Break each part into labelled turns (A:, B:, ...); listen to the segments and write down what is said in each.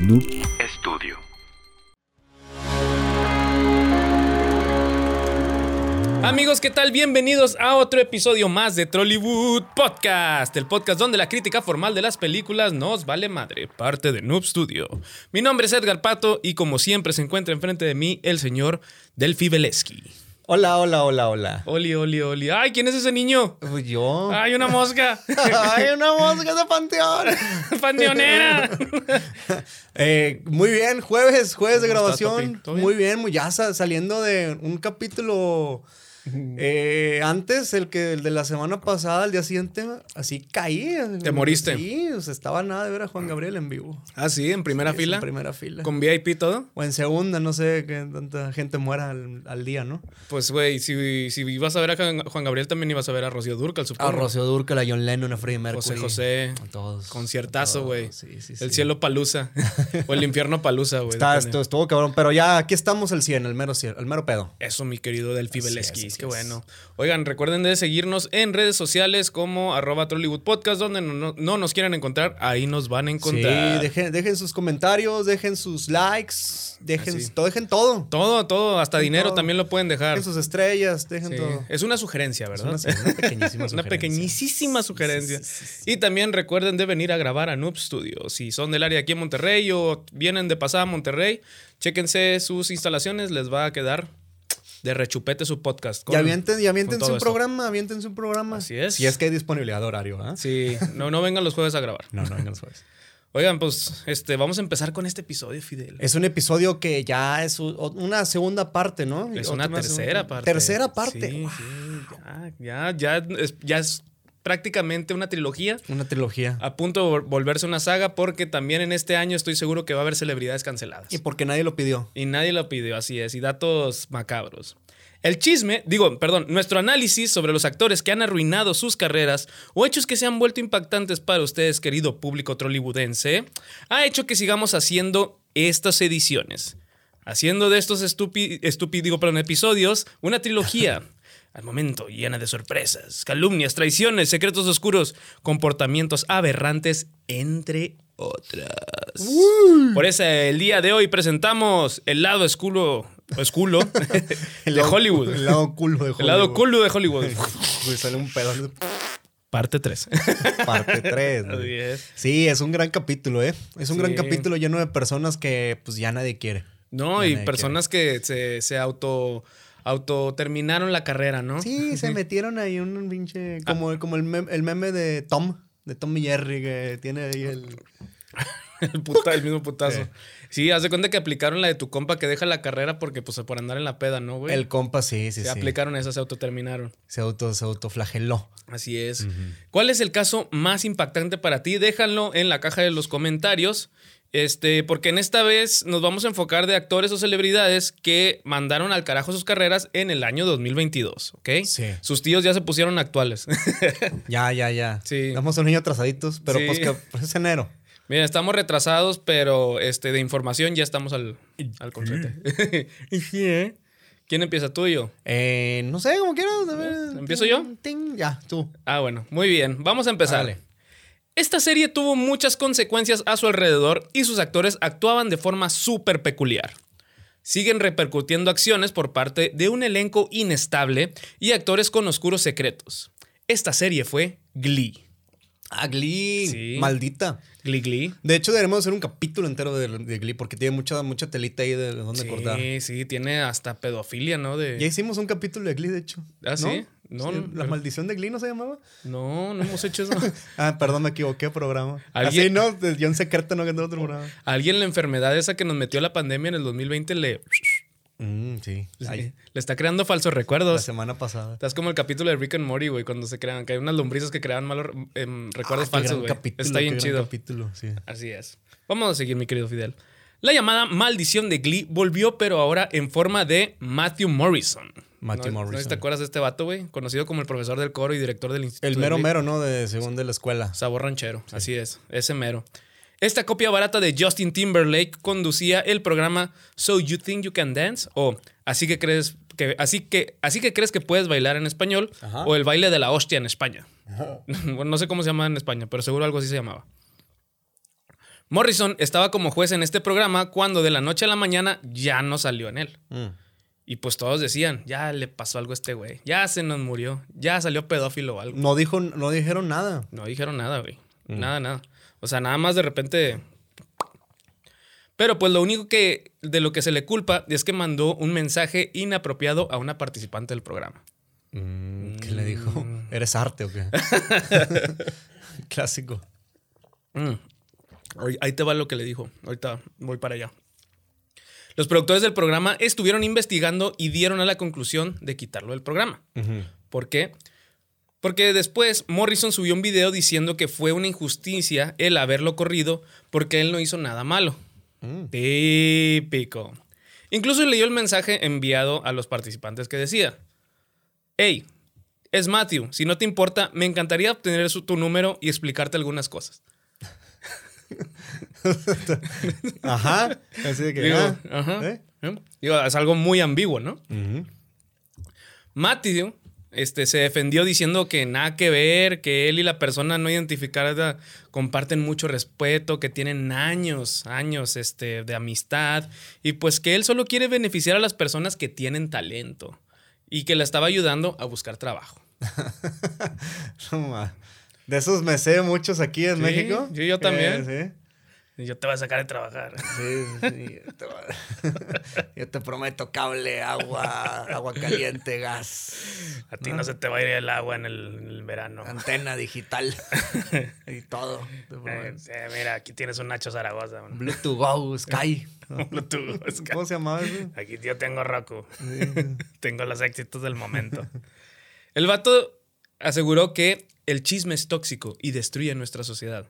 A: Noob
B: Estudio.
C: Amigos, ¿qué tal? Bienvenidos a otro episodio más de Trollywood Podcast, el podcast donde la crítica formal de las películas nos vale madre, parte de Noob Studio. Mi nombre es Edgar Pato y como siempre se encuentra enfrente de mí el señor Delphi Veleski.
D: Hola, hola, hola, hola.
C: Oli, oli, oli. ¡Ay, quién es ese niño!
D: Uy, Yo.
C: ¡Ay, una mosca!
D: Ay, una mosca de panteón.
C: ¡Pandeonera!
D: Eh, muy bien, jueves, jueves de
C: ¿Cómo estás,
D: grabación.
C: papi? ¿Todo bien?
D: Muy bien, muy ya sa- saliendo de un capítulo eh, antes, el que el de la semana pasada, el día siguiente, así caí.
C: Te moriste.
D: Sí, o sea, estaba nada de ver a Juan Gabriel en vivo.
C: ah, sí, en primera
D: Sí,
C: fila.
D: En primera fila.
C: Con VIP todo.
D: O en segunda, no sé que tanta gente muera al, al día, ¿no?
C: Pues, güey, si, si ibas a ver a Juan Juan Gabriel, también ibas a ver a Rocío Durcal, supongo.
D: A Ah, Rocío Durcal, a John Lennon, a Freddie Mercury.
C: José José.
D: A todos.
C: Conciertazo,
D: A todos,
C: güey.
D: Sí, sí,
C: El
D: sí.
C: cielo palusa. o el infierno palusa, güey.
D: Está,
C: depende.
D: esto estuvo cabrón, pero ya aquí estamos el 100, el mero 100, el mero pedo.
C: Eso, mi querido Delphi
D: Así es,
C: Veleski.
D: así
C: Qué
D: es.
C: bueno. Oigan, recuerden de seguirnos en redes sociales como arroba Trollywood Podcast, donde no, no- no nos quieran encontrar, ahí nos van a encontrar.
D: Sí, dejen, dejen sus comentarios, dejen sus likes, dejen,
C: Así.
D: todo, dejen todo.
C: Todo, todo, hasta
D: Dejen
C: dinero
D: todo.
C: también lo pueden dejar.
D: Dejen sus estrellas, dejen
C: Sí.
D: todo.
C: Es una sugerencia, ¿verdad?
D: Es una, una pequeñísima
C: Una
D: sugerencia.
C: pequeñísima sugerencia.
D: Sí, sí, sí, sí.
C: Y también recuerden de venir a grabar a Noob Studio. Si son del área aquí en Monterrey o vienen de pasada a Monterrey, chéquense sus instalaciones, les va a quedar de rechupete su podcast.
D: Y
C: con-
D: avienten- y
C: con
D: aviéntense
C: todo
D: un
C: eso.
D: programa, aviéntense un programa.
C: Así es.
D: Si es que hay disponibilidad de horario, ¿ah?
C: Sí, no, no vengan los jueves a grabar.
D: No, no, vengan los jueves.
C: Oigan, pues este, vamos a empezar con este episodio, Fidel.
D: Es un episodio que ya es u- o- una segunda parte, ¿no?
C: Es una
D: Otra segunda-
C: tercera parte.
D: Tercera parte.
C: Sí,
D: Wow.
C: sí, ya, ya, ya es, ya es prácticamente una trilogía.
D: Una trilogía.
C: A punto de vol- volverse una saga porque también en este año estoy seguro que va a haber celebridades canceladas.
D: Y porque nadie lo pidió.
C: Y nadie lo pidió, así es. Y datos macabros. El chisme, digo, perdón, nuestro análisis sobre los actores que han arruinado sus carreras o hechos que se han vuelto impactantes para ustedes, querido público trollywoodeense, ha hecho que sigamos haciendo estas ediciones. Haciendo de estos estúpidos, digo, perdón, episodios, una trilogía. Al momento, llena de sorpresas, calumnias, traiciones, secretos oscuros, comportamientos aberrantes, entre otras.
D: Mm.
C: Por eso el día de hoy presentamos el lado esculo, esculo de
D: lado-
C: Hollywood.
D: El lado culo de Hollywood.
C: El lado culo de Hollywood.
D: Güey, sale un pedazo
C: Parte 3.
D: parte 3.
C: Así es.
D: Sí, es un gran capítulo, ¿eh? Es un
C: Sí.
D: gran capítulo lleno de personas que pues ya nadie quiere.
C: No,
D: Ya
C: y
D: nadie
C: personas que se, se auto, auto terminaron la carrera, ¿no? Ah.
D: Sí, se metieron ahí un pinche... Como, como el, mem- el meme de Tom, de Tom y Jerry, que tiene ahí el...
C: El, puta- el mismo putazo.
D: Sí.
C: Sí, haz de cuenta que aplicaron la de tu compa que deja la carrera porque, pues, por andar en la peda, ¿no, güey?
D: El compa, sí,
C: se
D: sí, sí.
C: aplicaron esa, se autoterminaron.
D: Se, auto, se autoflageló.
C: Así es. ¿Cuál es el caso más impactante para ti? Déjalo en la caja de los comentarios. Este, porque en esta vez nos vamos a enfocar de actores o celebridades que mandaron al carajo sus carreras en el año 2022, ¿ok?
D: Sí.
C: Sus tíos ya se pusieron actuales.
D: Ya, ya, ya.
C: Sí.
D: Damos un niño atrasaditos, pero
C: Sí.
D: pues que pues, es enero.
C: Mira, estamos retrasados, pero este, de información ya estamos al, al conchete. Sí, ¿eh? ¿Quién empieza? ¿Tú y yo?
D: Eh, no sé, como quieras. a ver,
C: ¿Empiezo
D: ting,
C: yo?
D: ting, ya, tú.
C: Ah, bueno, muy bien. Vamos a empezar.
D: Órale.
C: Esta serie tuvo muchas consecuencias a su alrededor y sus actores actuaban de forma súper peculiar. Siguen repercutiendo acciones por parte de un elenco inestable y actores con oscuros secretos. Esta serie fue Glee.
D: Ah, Glee.
C: Sí.
D: Maldita.
C: Glee Glee.
D: De hecho, deberíamos hacer un capítulo entero de, de Glee porque tiene mucha, mucha telita ahí de dónde
C: sí,
D: cortar.
C: sí, tiene hasta pedofilia, ¿no? De...
D: Ya hicimos un capítulo de Glee, de hecho.
C: Ah, ¿sí? No, no,
D: ¿La
C: pero-
D: maldición de Glee no se llamaba?
C: No, no hemos hecho eso.
D: Ah, perdón, me equivoqué, programa.
C: ¿Alguien-
D: Así no, de- yo en secreto no ganó otro programa.
C: A alguien la enfermedad esa que nos metió la pandemia en el 2020 le,
D: Mm, sí. Ay,
C: le está creando falsos
D: la
C: recuerdos.
D: semana pasada.
C: Estás como el capítulo de Rick and Morty, güey, cuando se crean, que hay unas lombrices que crean malos em, recuerdos
D: Ah, qué
C: falsos,
D: gran
C: güey.
D: capítulo,
C: Está bien
D: qué gran
C: chido.
D: capítulo, sí.
C: Así es. Vamos a seguir, mi querido Fidel. La llamada maldición de Glee volvió, pero ahora en forma de Matthew Morrison.
D: Matthew
C: ¿No- ¿No
D: Morrison.
C: te acuerdas de este vato, güey? Conocido como el profesor del coro y director del instituto.
D: El
C: de
D: mero
C: Glee.
D: mero, ¿no? De según de la escuela.
C: Sabor ranchero, así es, ese mero. Esta copia barata de Justin Timberlake conducía el programa So You Think You Can Dance o Así que crees que así que así que crees que puedes bailar en español
D: Ajá.
C: o el baile de la hostia en España. Bueno, no sé cómo se llama en España, pero seguro algo así se llamaba. Morrison estaba como juez en este programa cuando de la noche a la mañana ya no salió en él.
D: Mm.
C: Y pues todos decían, ya le pasó algo a este güey, ya se nos murió, ya salió pedófilo o algo.
D: No, dijo, no dijeron nada.
C: No dijeron nada, güey. Nada, nada. O sea, nada más de repente. Pero pues lo único que de lo que se le culpa es que mandó un mensaje inapropiado a una participante del programa.
D: Mm, ¿Qué le dijo?
C: Mm.
D: ¿Eres arte o qué? Clásico.
C: Mm. Ahí- Ahí te va lo que le dijo. Ahorita voy para allá. Los productores del programa estuvieron investigando y dieron a la conclusión de quitarlo del programa. ¿Por qué? Porque después Morrison subió un video diciendo que fue una injusticia el haberlo corrido porque él no hizo nada malo.
D: Mm.
C: Típico. Incluso leyó el mensaje enviado a los participantes que decía, hey, es Matthew, si no te importa, me encantaría obtener su- tu número y explicarte algunas cosas.
D: Ajá. Así de que.
C: Digo,
D: ah,
C: ajá.
D: ¿eh?
C: ¿Eh? Digo, es algo muy ambiguo, ¿no? Matthew este, se defendió diciendo que nada que ver, que él y la persona no identificada comparten mucho respeto, que tienen años, años este, de amistad, y pues que él solo quiere beneficiar a las personas que tienen talento y que la estaba ayudando a buscar trabajo.
D: No ma. De esos me sé muchos aquí en
C: Sí,
D: México.
C: sí, yo también.
D: Eh,
C: Y yo te voy a sacar de trabajar.
D: sí. Sí, sí, yo te va- Yo te prometo cable, agua, agua caliente, gas,
C: A ti no se te va a ir el agua en el, en el verano.
D: antena digital y todo. Te
C: Eh,
D: prometo.
C: eh, mira, aquí tienes un Nacho Zaragoza. man.
D: Bluetooth Go, Sky.
C: Tú, es que-
D: ¿Cómo se llamaba eso?
C: Aquí yo tengo Roku. tengo los éxitos del momento. El vato aseguró que el chisme es tóxico y destruye nuestra sociedad.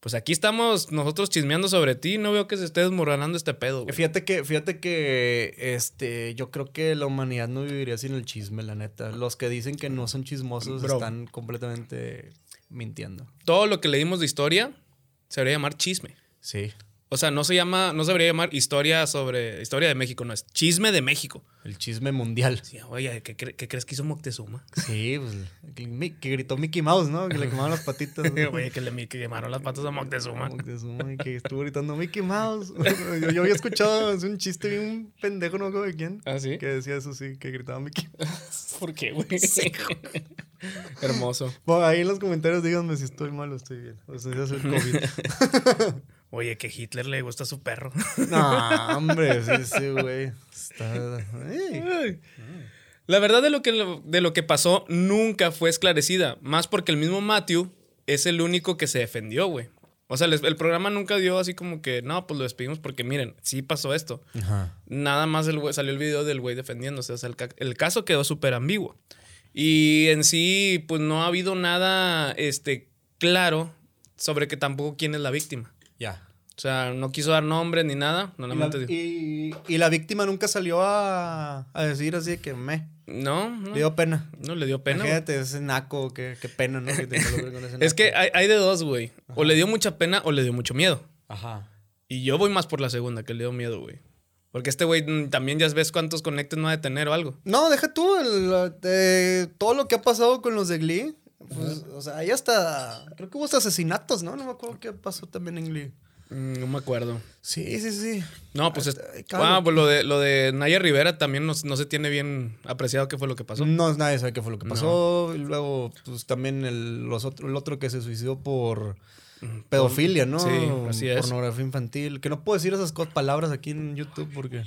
C: Pues aquí estamos nosotros chismeando sobre ti. No veo que se esté desmoronando este pedo, güey.
D: Fíjate que, fíjate que este, yo creo que la humanidad no viviría sin el chisme, la neta. Los que dicen que no son chismosos
C: Bro.
D: están completamente mintiendo.
C: Todo lo que leímos de historia se debería llamar chisme.
D: Sí.
C: O sea, no se llama, no se debería llamar historia sobre historia de México, no es chisme de México.
D: El chisme mundial.
C: Sí, oye, ¿qué, cre- qué crees que hizo Moctezuma?
D: Sí, pues que, mi- que gritó Mickey Mouse, ¿no? Que le quemaron las patitas. ¿no?
C: Oye, que le mi- que quemaron las patas a Moctezuma.
D: Moctezuma, y que estuvo gritando Mickey Mouse. Yo, yo había escuchado es un chiste de un pendejo, no me acuerdo de quién.
C: ¿Ah, sí?
D: Que decía eso, sí, que gritaba Mickey Mouse.
C: ¿Por qué, güey? Hermoso.
D: Bueno, ahí en los comentarios díganme si estoy mal o estoy bien. O sea, ese es el COVID.
C: Oye, que Hitler le gusta a su perro.
D: no, hombre, sí, sí, güey. Está. ey.
C: La verdad de lo, que, de lo que pasó nunca fue esclarecida, más porque el mismo Matthew es el único que se defendió, güey. O sea, les- el programa nunca dio así como que, no, pues lo despedimos porque miren, sí pasó esto.
D: Ajá.
C: Nada más el güey- salió el video del güey defendiéndose. O sea, el, ca- el caso quedó súper ambiguo. Y en sí, pues no ha habido nada este, claro sobre que tampoco quién es la víctima.
D: Ya.
C: O sea, no quiso dar nombres ni nada.
D: Y la,
C: Normalmente dijo,
D: y, y la víctima nunca salió a, a decir así de que me.
C: no, no,
D: Le dio pena.
C: no le dio pena. güey.
D: Imagínate, ese naco, qué, qué pena, ¿no? Que te involucren con ese
C: Es
D: naco.
C: que hay, hay de dos, güey. O le dio mucha pena o le dio mucho miedo.
D: Ajá.
C: Y yo voy más por la segunda, que le dio miedo, güey. Porque este güey mm, también ya ves cuántos conectes no ha de tener o algo.
D: No, deja tú el, la- eh, todo lo que ha pasado con los de Glee. Pues, o sea, ahí hasta. Creo que hubo hasta asesinatos, ¿no? No me acuerdo qué pasó también en Glee.
C: Mm, No me acuerdo.
D: Sí, sí, sí.
C: No, pues, es-
D: Ay, cabrón.
C: ah, pues lo, de, lo de Naya Rivera también no, no se tiene bien apreciado qué fue lo que pasó.
D: No, nadie sabe qué fue lo que pasó. Y luego, pues también el, los otro, el otro que se suicidó por pedofilia, ¿no?
C: Sí, así es.
D: Pornografía infantil. Que no puedo decir esas co- palabras aquí en YouTube porque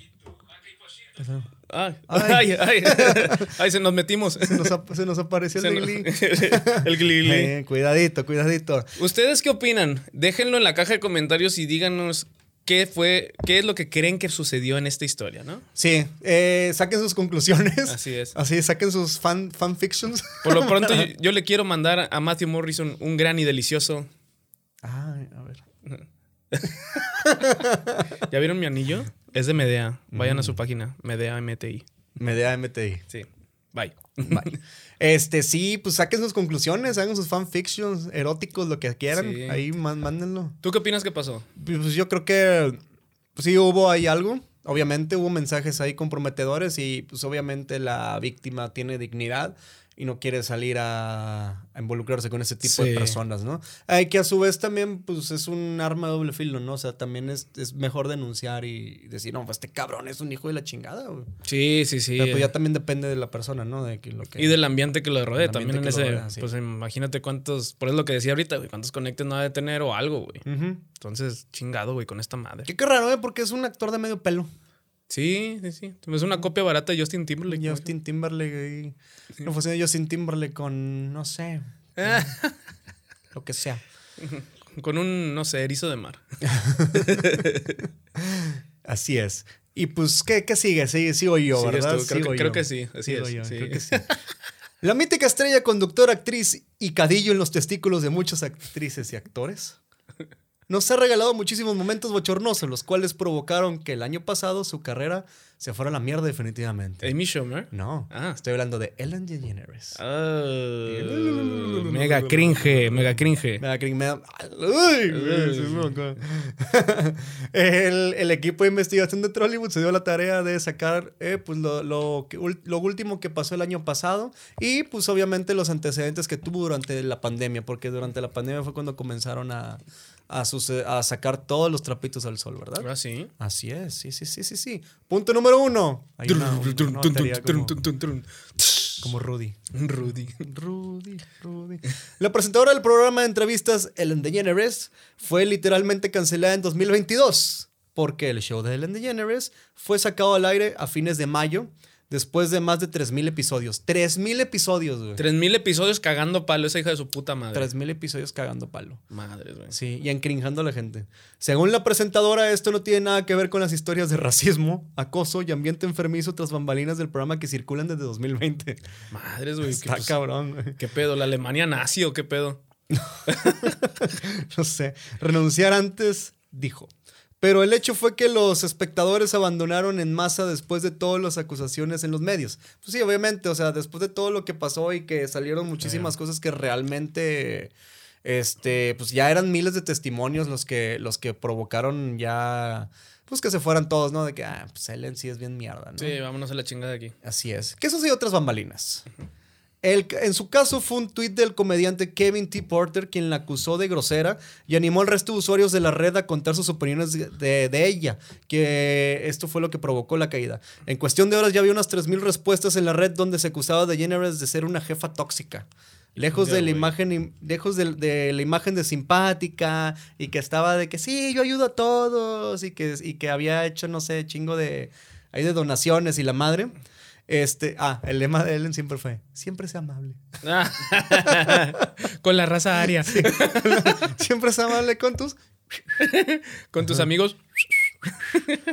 C: Ay, ay,
D: Ay.
C: ay, Ay, se nos metimos.
D: se nos, ap- se nos apareció
C: Se
D: el de
C: nos-
D: Glee.
C: el glili.
D: Eh, cuidadito, cuidadito.
C: ¿Ustedes qué opinan? Déjenlo en la caja de comentarios y díganos qué fue, qué es lo que creen que sucedió en esta historia, ¿no?
D: Sí, eh, saquen sus conclusiones.
C: Así es.
D: Así, saquen sus fan, fanfictions.
C: Por lo pronto, yo, yo le quiero mandar a Matthew Morrison un gran y delicioso.
D: Ay, a ver.
C: ¿Ya vieron mi anillo? Es de Medea. Vayan a su página, Medea MTI.
D: Medea MTI.
C: Mm. Sí. Bye.
D: Vale. Este, sí, pues saquen sus conclusiones, hagan sus fanfictions eróticos, lo que quieran.
C: Sí.
D: Ahí man- mándenlo.
C: ¿Tú qué opinas que pasó?
D: Pues yo creo que pues, sí hubo ahí algo. Obviamente hubo mensajes ahí comprometedores y pues obviamente la víctima tiene dignidad y no quiere salir a, a involucrarse con ese
C: Sí.
D: tipo de personas, ¿no? Ay, que a su vez también, pues, es un arma de doble filo, ¿no? O sea, también es, es mejor denunciar y decir, no, pues, este cabrón es un hijo de la chingada, güey.
C: Sí, sí, sí.
D: Pero pues ya también depende de la persona, ¿no? De que lo que...
C: Y del ambiente que lo rodea
D: Del
C: también en
D: ambiente
C: ese.
D: que lo rodea, sí.
C: Pues imagínate cuántos. Por eso lo que decía ahorita, güey. Cuántos conectes no ha de tener o algo, güey.
D: Ujú.
C: Entonces, chingado, güey, con esta madre.
D: Que qué raro, ¿eh? Porque es un actor de medio pelo.
C: Sí, sí, sí. Es una copia barata de Justin Timberlake. güey.
D: Justin Timberlake. Y... No fuese Justin Timberlake con, no sé,
C: Ah,
D: lo que sea.
C: con un, no sé, erizo de mar.
D: Así es. Y pues, ¿qué, qué sigue? Sí, sigo yo,
C: Sigues
D: ¿verdad?
C: tú. Creo,
D: Sigo
C: que,
D: yo.
C: creo que sí. Así
D: Sigo
C: es.
D: yo,
C: sí.
D: creo que sí. La mítica estrella, conductora, actriz y cadillo en los testículos de muchas actrices y actores. Nos ha regalado muchísimos momentos bochornosos, los cuales provocaron que el año pasado su carrera se fuera a la mierda definitivamente.
C: Amy Schumer.
D: No,
C: Ah.
D: estoy hablando de Ellen DeGeneres.
C: Ah, mega cringe, mega cringe.
D: Me da cringe, me da- ¡Ay, güey! Se me acaba. el, el equipo de investigación de Trollywood se dio la tarea de sacar eh, pues, lo, lo que ul- lo último que pasó el año pasado y pues obviamente los antecedentes que tuvo durante la pandemia, porque durante la pandemia fue cuando comenzaron a, a, suce- a sacar todos los trapitos al sol, ¿verdad?
C: Ah, sí.
D: Así es, sí, sí, sí, sí, sí. Punto número uno. Hay una- una batería como- como Rudy.
C: Rudy.
D: Rudy, Rudy. La presentadora del programa de entrevistas, Ellen DeGeneres, fue literalmente cancelada en 2022 porque el show de Ellen DeGeneres fue sacado al aire a fines de mayo después de más de 3.000 episodios. 3.000 episodios, güey.
C: 3000 episodios cagando palo esa hija de su puta madre.
D: 3.000 episodios cagando palo.
C: Madres, güey.
D: Sí, y encrinjando a la gente. Según la presentadora, esto no tiene nada que ver con las historias de racismo, acoso y ambiente enfermizo tras bambalinas del programa que circulan desde 2020.
C: Madres, güey. que,
D: Está
C: pues,
D: cabrón, güey.
C: ¿Qué pedo? ¿La Alemania nazi o qué pedo?
D: no sé, renunciar antes, dijo. Pero el hecho fue que los espectadores abandonaron en masa después de todas las acusaciones en los medios. Pues sí, obviamente, o sea, después de todo lo que pasó y que salieron muchísimas cosas que realmente, este, pues ya eran miles de testimonios los que, los que provocaron ya, pues que se fueran todos, ¿no? De que, ah, pues Ellen sí es bien mierda, ¿no?
C: Sí, vámonos a la chingada de aquí.
D: Así es. Que eso sí, otras bambalinas. El- en su caso fue un tuit del comediante Kevin T. Porter quien la acusó de grosera y animó al resto de usuarios de la red a contar sus opiniones de, de- de ella, que esto fue lo que provocó la caída. En cuestión de horas ya había unas 3.000 respuestas en la red donde se acusaba de Jenneres de ser una jefa tóxica. Lejos,
C: Ya,
D: de la,
C: güey.
D: imagen, im- lejos de, de la imagen de simpática y que estaba de que sí, yo ayudo a todos y que, y que había hecho, no sé, chingo de, ahí de donaciones y la madre. Este, ah, el lema de Ellen siempre fue, siempre sea amable.
C: Con la raza aria.
D: siempre sea amable con tus...
C: Con tus amigos.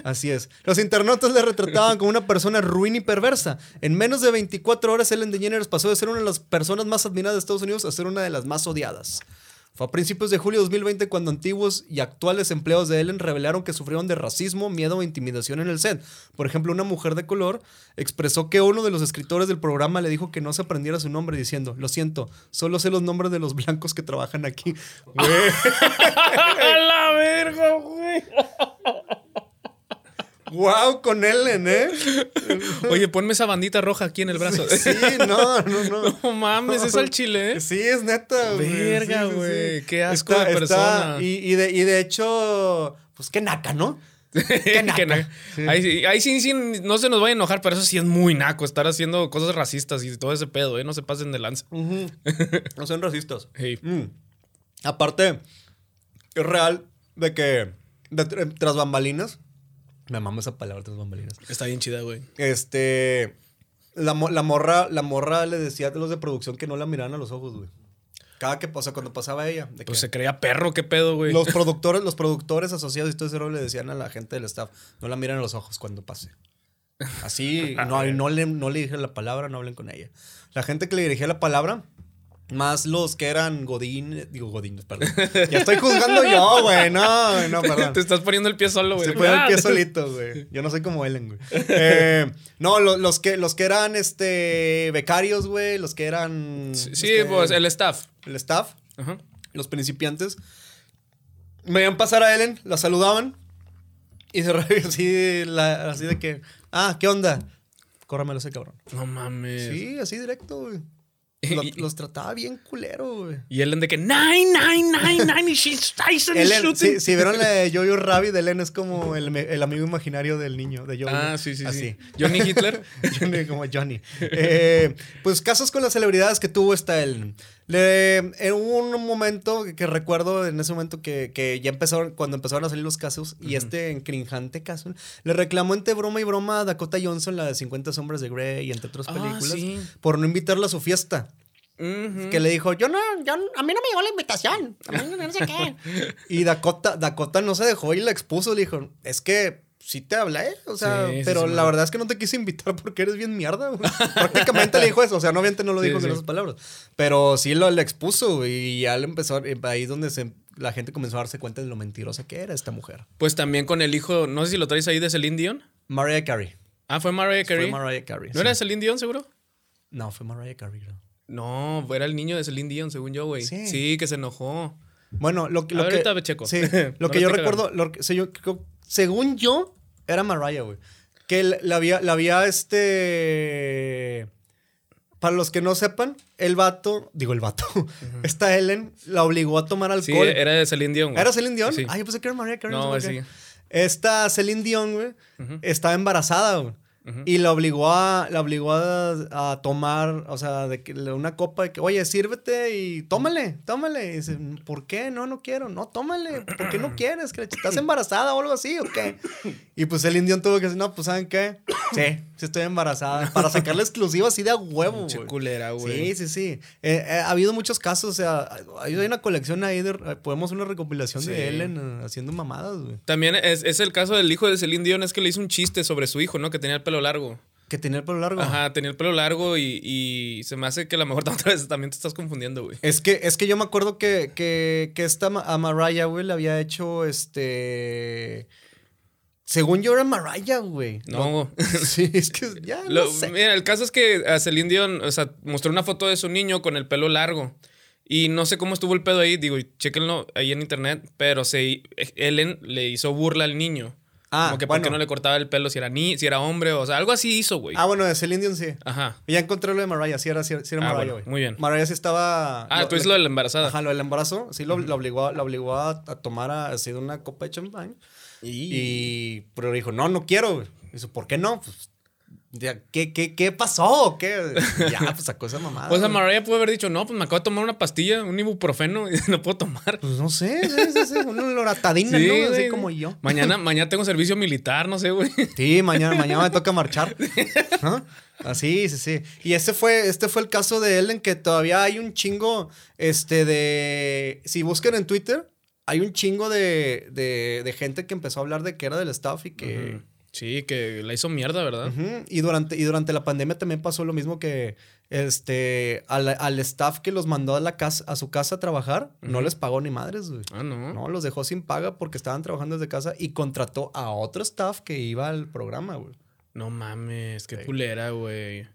D: Así es. Los internautas le retrataban como una persona ruin y perversa. En menos de 24 horas, Ellen DeGeneres pasó de ser una de las personas más admiradas de Estados Unidos a ser una de las más odiadas. Fue a principios de julio de 2020 cuando antiguos y actuales empleados de Ellen revelaron que sufrieron de racismo, miedo o intimidación en el set. Por ejemplo, una mujer de color expresó que uno de los escritores del programa le dijo que no se aprendiera su nombre diciendo, lo siento, solo sé los nombres de los blancos que trabajan aquí.
C: ¡A la verga, güey!
D: ¡Wow! Con Ellen, ¿eh?
C: Oye, ponme esa bandita roja aquí en el brazo.
D: Sí, no, no, no.
C: No mames, es al chile, ¿eh?
D: Sí, es neta, güey.
C: Verga,
D: Sí, sí, sí.
C: güey. Qué asco de persona.
D: y, y de, y de hecho, pues qué naca, ¿no? Qué naca.
C: Que na-
D: Sí.
C: Ahí, sí, ahí sí, sí, no se nos vaya a enojar, pero eso sí es muy naco estar haciendo cosas racistas y todo ese pedo, ¿eh? No se pasen de lanza.
D: Ujú. No sean racistas.
C: Hey.
D: Mm. Aparte, es real de que de tr- eh, tras bambalinas, me mamo esa palabra tras bambalinas.
C: Está bien chida, güey.
D: Este, la, mo- la morra, la morra le decía a los de producción que no la miraran a los ojos, güey. Cada que pasa, cuando pasaba ella, de
C: Pues
D: que-
C: se creía perro, qué pedo, güey.
D: Los productores, los productores asociados y todo ese rollo le decían a la gente del staff, no la miren a los ojos cuando pase. Así, no, y no, le, no le dije la palabra, no hablen con ella. La gente que le dirigía la palabra, más los que eran Godín, digo Godín, perdón. Ya estoy juzgando yo, güey, no, no, perdón.
C: Te estás poniendo el pie solo, güey.
D: Se pone el pie
C: Ah.
D: solito, güey. Yo no soy como Ellen, güey. Eh, no, lo- los, que, los que eran este, becarios, güey, los que eran...
C: Sí,
D: los
C: sí,
D: que-
C: pues el staff.
D: el staff
C: Ajá.
D: los principiantes, veían pasar a Ellen, la saludaban y se reía así, la- así de que, ah, ¿qué onda? Córramelo ese cabrón.
C: No mames.
D: Sí, así directo, güey. Lo- los trataba bien culero, güey.
C: Y Ellen de que nine, nine, nine, nine, y she's Tyson is
D: Ellen,
C: shooting.
D: si, si vieron la de Jojo Rabbit, Ellen es como el, me- el amigo imaginario del niño, de Jojo.
C: Ah, sí, sí,
D: Así.
C: sí. Johnny Hitler.
D: Johnny, como Johnny. Eh, pues casos con las celebridades que tuvo esta Ellen. Le- en un momento que recuerdo, en ese momento que, que ya empezaron, cuando empezaron a salir los casos, y este encrinjante caso, le reclamó entre broma y broma a Dakota Johnson, la de 50 Sombras de Grey y entre otras
C: Ah,
D: películas,
C: sí. Mm.
D: por no invitarla a su fiesta.
C: Ujú.
D: Que le dijo, yo no.
A: yo, a mí no me llegó la invitación. A mí no sé qué.
D: Y Dakota, Dakota no se dejó y la expuso. Le dijo, es que sí te hablé, o sea,
C: Sí, sí,
D: pero
C: sí,
D: la
C: man.
D: verdad es que no te quise invitar porque eres bien mierda. güey". Prácticamente le dijo eso, o sea, no, obviamente no lo
C: Sí,
D: dijo con
C: sí.
D: esas palabras, pero sí lo le expuso güey, y ya le empezó, eh, ahí es donde se- la gente comenzó a darse cuenta de lo mentirosa que era esta mujer.
C: Pues también con el hijo, no sé si lo traes ahí de Celine Dion.
D: Mariah Carey.
C: Ah, fue Mariah Carey.
D: Fue Mariah Carey.
C: ¿No
D: sí.
C: era Celine Dion, seguro?
D: No, fue Mariah Carey, creo.
C: No, era el niño de Celine Dion, según yo, güey.
D: Sí.
C: Sí. que se enojó.
D: Bueno, lo, que- lo
C: A ver,
D: que.
C: ahorita checo.
D: Sí,
C: No
D: lo que
C: la
D: yo
C: estoy
D: recuerdo, lo que- se- yo creo- según yo, era Mariah, güey. Que la- la había, la había este. Para los que no sepan, el vato, digo el vato, esta Ellen la obligó a tomar
C: Sí,
D: alcohol.
C: era de Celine Dion. güey.
D: ¿Era Celine Dion?
C: Sí.
D: Ay, yo pensé que era Mariah Carey.
C: No,
D: sé por qué.
C: sí.
D: Esta Celine Dion, güey, estaba embarazada, güey. Y la obligó a, la obligó a, a tomar, o sea, de que le- una copa de que, oye, sírvete y tómale, tómale. Y dice, ¿por qué? No, no quiero. No, tómale. ¿Por qué no quieres? ¿Que ¿Estás embarazada o algo así o qué? Y pues Celine Dion tuvo que decir, no, pues, ¿saben qué? Sí, sí estoy embarazada. Para sacarle exclusiva así de a huevo,
C: Pinche
D: güey.
C: culera, güey.
D: Sí, sí, sí. Eh, eh, ha habido muchos casos, o sea, hay hay una colección ahí, de, eh, podemos una recopilación
C: Sí.
D: de Ellen eh, haciendo mamadas, güey.
C: También es, es el caso del hijo de Celine Dion, es que le hizo un chiste sobre su hijo, ¿no? Que tenía el pelo largo.
D: Que tenía el pelo largo.
C: Ajá, tenía el pelo largo y, y se me hace que a lo mejor otra vez también te estás confundiendo, güey.
D: Es que, es que yo me acuerdo que, que, que esta Ma- a Mariah, güey, le había hecho este. Según yo era Mariah, güey.
C: No.
D: Sí, es que ya. no
C: Lo-
D: sé.
C: Mira, el caso es que a Celine Dion, o sea, mostró una foto de su niño con el pelo largo. Y no sé cómo estuvo el pedo ahí, digo, chéquenlo ahí en internet, pero se, Ellen le hizo burla al niño.
D: Ah,
C: Como que
D: bueno.
C: porque no le cortaba el pelo si era ni, si era hombre, o sea, algo así hizo, güey.
D: Ah, bueno, de Celine Dion sí.
C: Ajá.
D: Ya encontré lo de Mariah, sí era, sí era- sí era
C: Ah, bueno,
D: Mariah, güey.
C: muy bien.
D: Mariah sí estaba.
C: Ah, tú dices lo de la embarazada.
D: Ajá, lo del embarazo, sí lo, lo obligó, a- lo obligó a, a tomar a- así de una copa de champán. Y, pero dijo, no, no quiero. güey. Dice, ¿por qué no? Pues, ya, ¿qué, qué, ¿Qué pasó? ¿Qué? Ya, pues sacó esa mamada.
C: O sea,
D: güey.
C: Mariah pudo haber dicho, no, pues me acabo de tomar una pastilla, un ibuprofeno, y no puedo tomar.
D: Pues no sé, sí, sí, sí, una loratadina,
C: Sí,
D: ¿no? Así
C: güey.
D: como yo.
C: Mañana, mañana tengo servicio militar, no sé, güey.
D: Sí, mañana, mañana me toca marchar. ¿No? Así, sí, sí. Y este fue, este fue el caso de Ellen, que todavía hay un chingo este, de. Si buscan en Twitter, hay un chingo de, de, de gente que empezó a hablar de que era del staff y que.
C: Sí, que la hizo mierda, ¿verdad?
D: Ujú, Y, durante, y durante la pandemia también pasó lo mismo que este, al, al staff que los mandó a, la casa, a su casa a trabajar, no les pagó ni madres, güey.
C: Ah, no.
D: No, los dejó sin paga porque estaban trabajando desde casa y contrató a otro staff que iba al programa, güey.
C: No mames, qué
D: Sí.
C: culera, güey.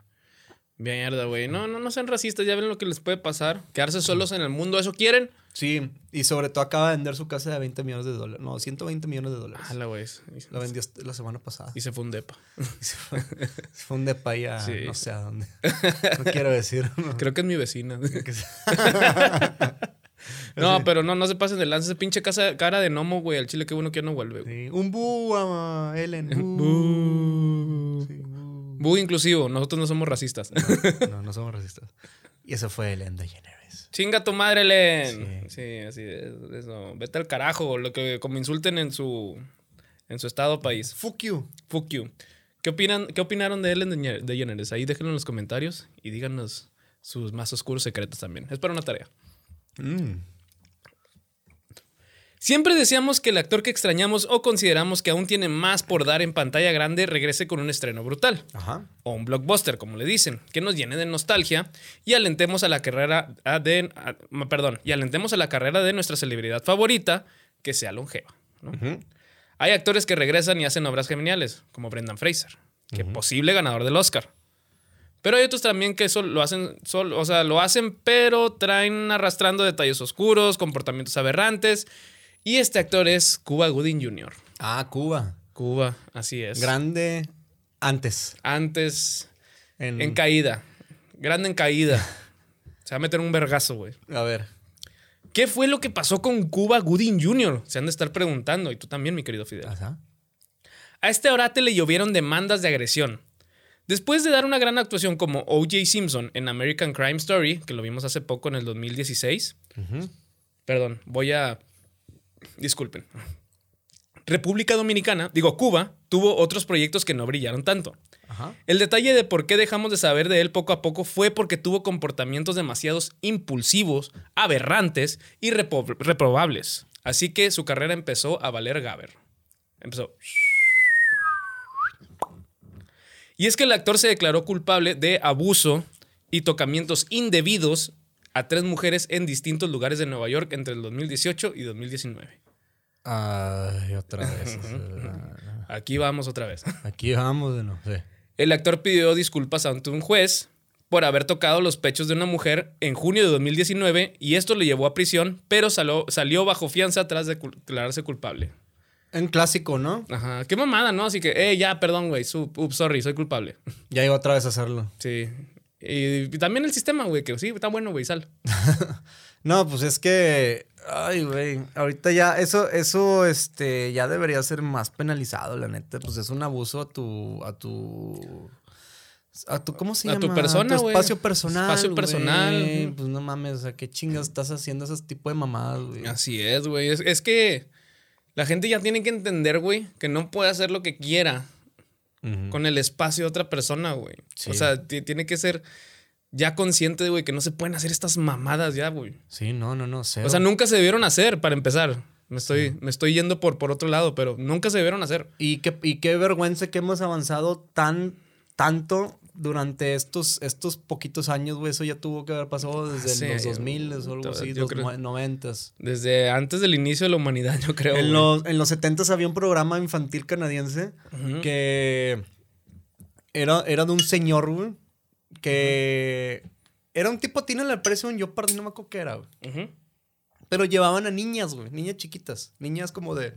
C: Mierda, güey. No, no, no sean racistas, ya ven lo que les puede pasar. Quedarse solos en el mundo, ¿eso quieren?
D: Sí, y sobre todo acaba de vender su casa de 20 millones de dólares. No, 120 millones de dólares.
C: Ah, la güey.
D: La vendió est- la semana pasada.
C: Y se fue un depa.
D: Se fue, se fue un de pa' ahí a
C: Sí.
D: no sé a dónde. No quiero decir. ¿no?
C: Creo que es mi vecina.
D: Que se-
C: No, pero no, no se pasen de lanza. Esa pinche casa, cara de gnomo, güey. Al chile, qué bueno que ya no vuelve, güey.
D: Sí, Un bu a Ellen. bu.
C: Bu.
D: Sí, bu.
C: Bu inclusivo, nosotros no somos racistas.
D: No, no somos racistas. Y eso fue Ellen DeGeneres.
C: Chinga tu madre, Len. Sí, así es. Eso. Vete al carajo. Lo que como insulten en su en su estado país.
D: Fuck you.
C: Fuck you. ¿Qué, opinan, ¿Qué opinaron de Ellen DeGener- DeGeneres? Ahí déjenlo en los comentarios y díganos sus más oscuros secretos también. Es para una tarea.
D: Mm.
C: Siempre deseamos que el actor que extrañamos o consideramos que aún tiene más por dar en pantalla grande regrese con un estreno brutal.
D: Ajá.
C: o un blockbuster, como le dicen, que nos llene de nostalgia y alentemos a la carrera a de, a- perdón, y alentemos a la carrera de nuestra celebridad favorita que sea longeva. ¿no? Hay actores que regresan y hacen obras geniales, como Brendan Fraser, que posible ganador del Oscar. Pero hay otros también que sol- lo hacen, sol- o sea, lo hacen, pero traen arrastrando detalles oscuros, comportamientos aberrantes. Y este actor es Cuba Gooding Jr.
D: Ah, Cuba.
C: Cuba, así es.
D: Grande antes.
C: Antes
D: En, Mm.
C: En caída. Grande en caída. Se va a meter un vergazo, güey.
D: A ver.
C: ¿Qué fue lo que pasó con Cuba Gooding Jr.? Se han de estar preguntando, y tú también, mi querido Fidel.
D: Ajá.
C: A este orate le llovieron demandas de agresión. Después de dar una gran actuación como O.J. Simpson en American Crime Story, que lo vimos hace poco en el 2016. Perdón, voy a. Disculpen. República Dominicana, digo Cuba, tuvo otros proyectos que no brillaron tanto.
D: Ajá.
C: El detalle de por qué dejamos de saber de él poco a poco fue porque tuvo comportamientos demasiados impulsivos, aberrantes y repo- reprobables. Así que su carrera empezó a valer Gaber. Empezó. Y es que el actor se declaró culpable de abuso y tocamientos indebidos a tres mujeres en distintos lugares de Nueva York entre el 2018 y 2019.
D: Ay, otra vez.
C: Aquí vamos otra vez.
D: Aquí vamos de no sé.
C: El actor pidió disculpas ante un juez por haber tocado los pechos de una mujer en junio de 2019 y esto le llevó a prisión, pero saló- salió bajo fianza tras de cul- declararse culpable.
D: En clásico, ¿no?
C: Ajá, qué mamada, ¿no? Así que, eh, ya, perdón, güey, su- ups, sorry, soy culpable.
D: Ya iba otra vez a hacerlo.
C: Sí. Y, también el sistema, güey, que sí, está bueno, güey, sal.
D: No, pues es que. Ay, güey. Ahorita ya, eso, eso, este, ya debería ser más penalizado, la neta. Pues es un abuso a tu. a tu. A tu, ¿cómo se
C: A
D: llama?
C: tu persona,
D: tu
C: güey.
D: espacio personal.
C: Espacio personal.
D: güey.
C: Ujú.
D: Pues no mames, ¿a qué chingas estás haciendo ese tipo de mamadas, güey?
C: Así es, güey. Es, es que la gente ya tiene que entender, güey, que no puede hacer lo que quiera
D: Ujú.
C: con el espacio de otra persona, güey.
D: Sí.
C: O sea, ti- tiene que ser ya consciente, güey, que no se pueden hacer estas mamadas ya, güey.
D: Sí, no, no, no. Cero.
C: O sea, nunca se debieron hacer, para empezar. Me estoy, me estoy yendo por, por otro lado, pero nunca se debieron hacer.
D: Y qué, y qué vergüenza que hemos avanzado tan, tanto durante estos, estos poquitos años, güey. Eso ya tuvo que haber pasado desde
C: Ah, Sí,
D: los 2000 o algo
C: puta,
D: así,
C: yo
D: los
C: creo-
D: 90
C: Desde antes del inicio de la humanidad, yo creo.
D: En
C: güey.
D: los, en los 70 había un programa infantil canadiense
C: Ujú.
D: que era, era de un señor, güey, que era un tipo, tiene la precio de un Jeopardy, no me acuerdo qué era, güey.
C: Ujú.
D: Pero llevaban a niñas, güey, niñas chiquitas, niñas como de...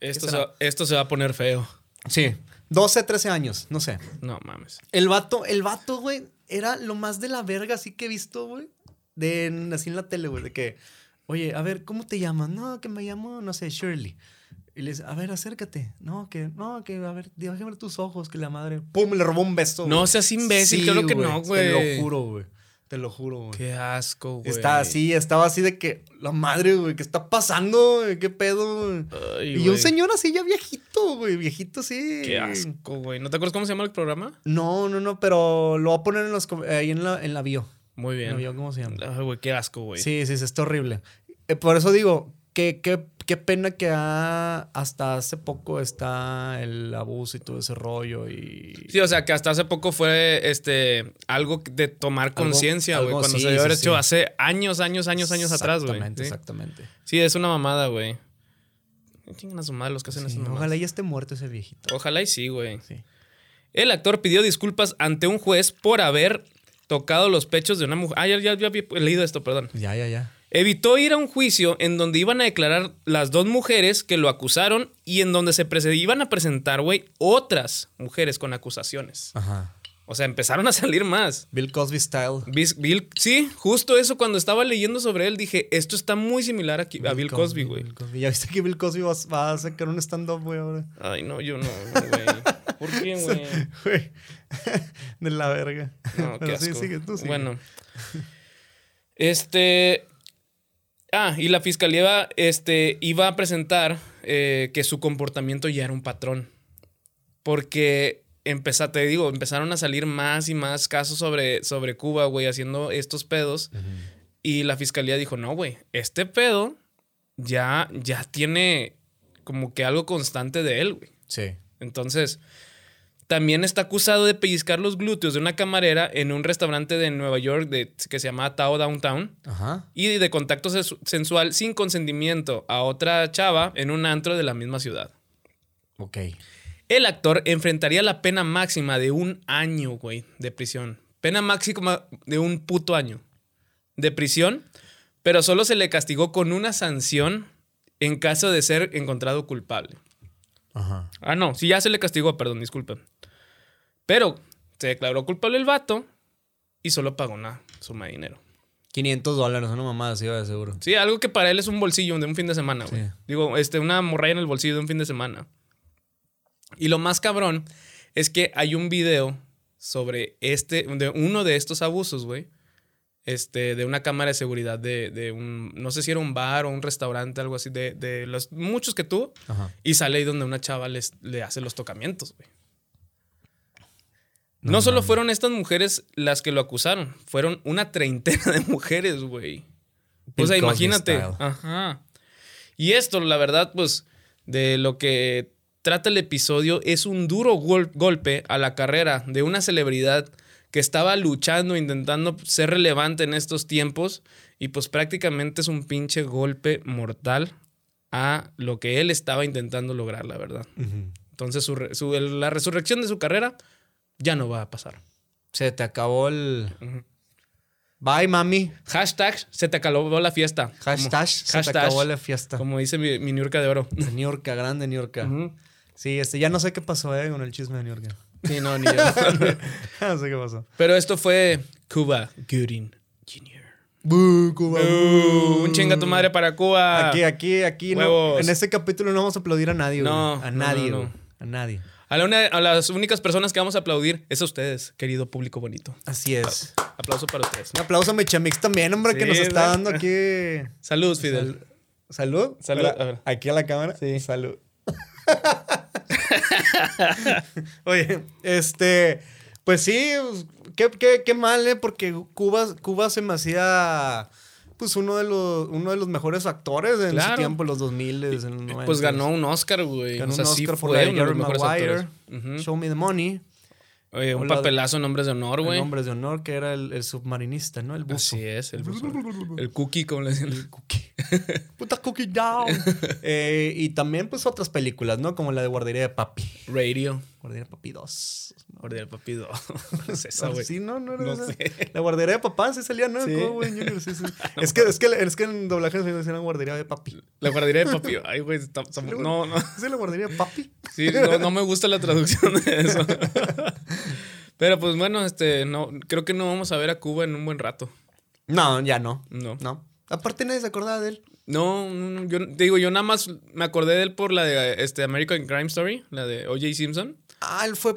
C: esto, se
D: ¿Qué será?
C: va, esto se va a poner feo.
D: Sí. 12, 13 años, no sé.
C: No mames.
D: El vato, el vato, güey, era lo más de la verga así que he visto, güey. De en- así en la tele, güey, de que, oye, a ver, ¿cómo te llamas? No, que me llamo, no sé, Shirley. Y le dice, a ver, acércate. No, que, no, que, a ver, déjame ver tus ojos, que la madre. ¡Pum! Le robó un beso.
C: No
D: güey.
C: seas imbécil, claro que no,
D: Te
C: güey.
D: lo juro, güey. Te lo juro, güey.
C: Qué asco, güey.
D: Está así, estaba así de que, la madre, güey, ¿qué está pasando? güey? ¿Qué pedo? güey?"
C: Ay,
D: Y
C: güey.
D: un señor así ya viejito, güey, viejito sí.
C: Qué asco, güey. ¿No te acuerdas cómo se llama el programa?
D: No, no, no, pero lo voy a poner en los com- ahí en la, en la bio.
C: Muy
D: En la
C: bien.
D: bio, ¿cómo se llama?
C: Ay, güey, qué asco, güey.
D: Sí, sí, sí, está horrible. Eh, por eso digo, que, que- qué pena que ha- hasta hace poco está el abuso y todo ese rollo y...
C: Sí, o sea, que hasta hace poco fue este algo de tomar conciencia, güey.
D: algo,
C: Cuando
D: sí,
C: se debió haber
D: sí,
C: hecho
D: sí.
C: hace años, años, años, años atrás, güey.
D: Exactamente,
C: ¿sí?
D: exactamente.
C: Sí, es una mamada, güey. Chingan a su madre los que hacen
D: Sí,
C: esas mamadas.
D: ojalá ya esté muerto ese viejito.
C: Ojalá y sí, güey.
D: Sí.
C: El actor pidió disculpas ante un juez por haber tocado los pechos de una mujer. Ah, ya, ya, ya había leído esto, perdón.
D: Ya, ya, ya.
C: Evitó ir a un juicio en donde iban a declarar las dos mujeres que lo acusaron y en donde se prese- iban a presentar, güey, otras mujeres con acusaciones.
D: Ajá.
C: O sea, empezaron a salir más.
D: Bill Cosby style.
C: Bis- Bill, sí, justo eso cuando estaba leyendo sobre él dije, esto está muy similar aquí- a Bill Cosby, güey.
D: Bill Cosby. Ya viste que Bill Cosby va, va a sacar un stand-up, güey, ahora.
C: Ay, no, yo no, no, güey. ¿Por qué, güey?
D: Güey. De la verga.
C: No, qué
D: Pero sí,
C: asco.
D: sigue, tú sigue.
C: Bueno. Este. Ah, y la fiscalía este, iba a presentar eh, que su comportamiento ya era un patrón. Porque empeza- te digo, empezaron a salir más y más casos sobre, sobre Cuba, güey, haciendo estos pedos. Y la fiscalía dijo, no, güey, este pedo ya, ya tiene como que algo constante de él, güey.
D: Sí.
C: Entonces, también está acusado de pellizcar los glúteos de una camarera en un restaurante de Nueva York de- que se llama Tao Downtown
D: Ajá.
C: y de contacto sensu- sensual sin consentimiento a otra chava en un antro de la misma ciudad.
D: Ok.
C: El actor enfrentaría la pena máxima de un año, güey, de prisión. Pena máxima de un puto año de prisión, pero solo se le castigó con una sanción en caso de ser encontrado culpable.
D: Ajá.
C: Ah, no, sí, ya se le castigó, perdón, disculpen. Pero se declaró culpable el vato y solo pagó una suma de dinero.
D: 500 dólares, una mamada así, de seguro.
C: Sí, algo que para él es un bolsillo de un fin de semana, güey.
D: Sí.
C: Digo, este, una morralla en el bolsillo de un fin de semana. Y lo más cabrón es que hay un video sobre este, de uno de estos abusos, güey. Este, de una cámara de seguridad de, de un, no sé si era un bar o un restaurante, algo así, de, de los muchos que tuvo.
D: Ajá.
C: Y sale ahí donde una chava les- le hace los tocamientos, güey.
D: No
C: No, solo fueron estas mujeres las que lo acusaron, fueron una treintena de mujeres, güey.
D: Bill
C: O sea,
D: Cosby
C: imagínate.
D: style.
C: Ajá. Y esto, la verdad, pues, de lo que trata el episodio es un duro gol- golpe a la carrera de una celebridad que estaba luchando, intentando ser relevante en estos tiempos y pues prácticamente es un pinche golpe mortal a lo que él estaba intentando lograr, la verdad.
D: Ujú.
C: Entonces su re- su- el- la resurrección de su carrera ya no va a pasar.
D: Se te acabó el.
C: Ujú.
D: Bye, mami.
C: Hashtag se te acabó la fiesta.
D: Hashtag, se te
C: hashtag.
D: acabó la fiesta.
C: Como, como dice mi, mi Niurka de oro.
D: De New York, grande New York.
C: Ujú.
D: Sí, este, ya no sé qué pasó eh, con el chisme de New York.
C: Sí, no, ni yo.
D: no sé qué pasó.
C: Pero esto fue Cuba Gooding Jr.
D: Cuba,
C: Uh, un chinga tu madre para Cuba.
D: Aquí, aquí, aquí. No,
C: Huevos.
D: en este capítulo no vamos a aplaudir a nadie, güey.
C: No,
D: A
C: no,
D: nadie,
C: no, no.
D: güey. A nadie.
C: A, la una- a las únicas personas que vamos a aplaudir es a ustedes, querido público bonito.
D: Así es.
C: Aplauso para ustedes.
D: Un aplauso a Mechamix también, hombre, que
C: Sí,
D: nos está
C: güey.
D: dando aquí.
C: Salud, Fidel.
D: Sal- salud.
C: Salud,
D: Hola,
C: a ver.
D: Aquí a la cámara. Sí. Salud. Oye, este. Pues sí, pues, qué, qué- qué mal, ¿eh? Porque Cuba, Cuba se me hacía. Pues uno de los, uno de los mejores actores en su
C: Claro.
D: tiempo, en los 2000, en los 90.
C: Pues ganó un Oscar, güey.
D: Ganó
C: o sea,
D: un
C: sí
D: Oscar por
C: fue
D: la de
C: uno de los
D: Jerry
C: mejores
D: Maguire.
C: actores. Ujú.
D: Show Me the Money.
C: Oye, un
D: Hola,
C: papelazo en Hombres de Honor,
D: El
C: güey.
D: nombre de honor, que era el, el submarinista, ¿no? El buzo.
C: Así es, el, buzo. el cookie, como le decían.
D: Cookie. Puta Cookie Down. Eh, y también, pues, otras películas, ¿no? Como la de Guardería de Papi.
C: Radio.
D: Guardería de Papi 2.
C: Guardia del papido. No es esa,
D: No,
C: güey.
D: sí, no, no era
C: No
D: esa.
C: sé.
D: La guardería de papá sí salía, ¿no?
C: Sí.
D: Cuba Gooding Jr., sí, sí. es, que, es, que, es que en doblaje se decían guardería de papi.
C: La guardería de papi. Ay, güey. está- está- No, no.
D: ¿Sí la guardería de papi?
C: Sí, no, no me gusta la traducción de eso. Pero pues bueno, este, no, creo que no vamos a ver a Cuba en un buen rato.
D: No, ya no.
C: No.
D: No. Aparte nadie se acordaba de él.
C: No, no, no, yo te digo, yo nada más me acordé de él por la de este, American Crime Story, la de O.J. Simpson.
D: Ah, él fue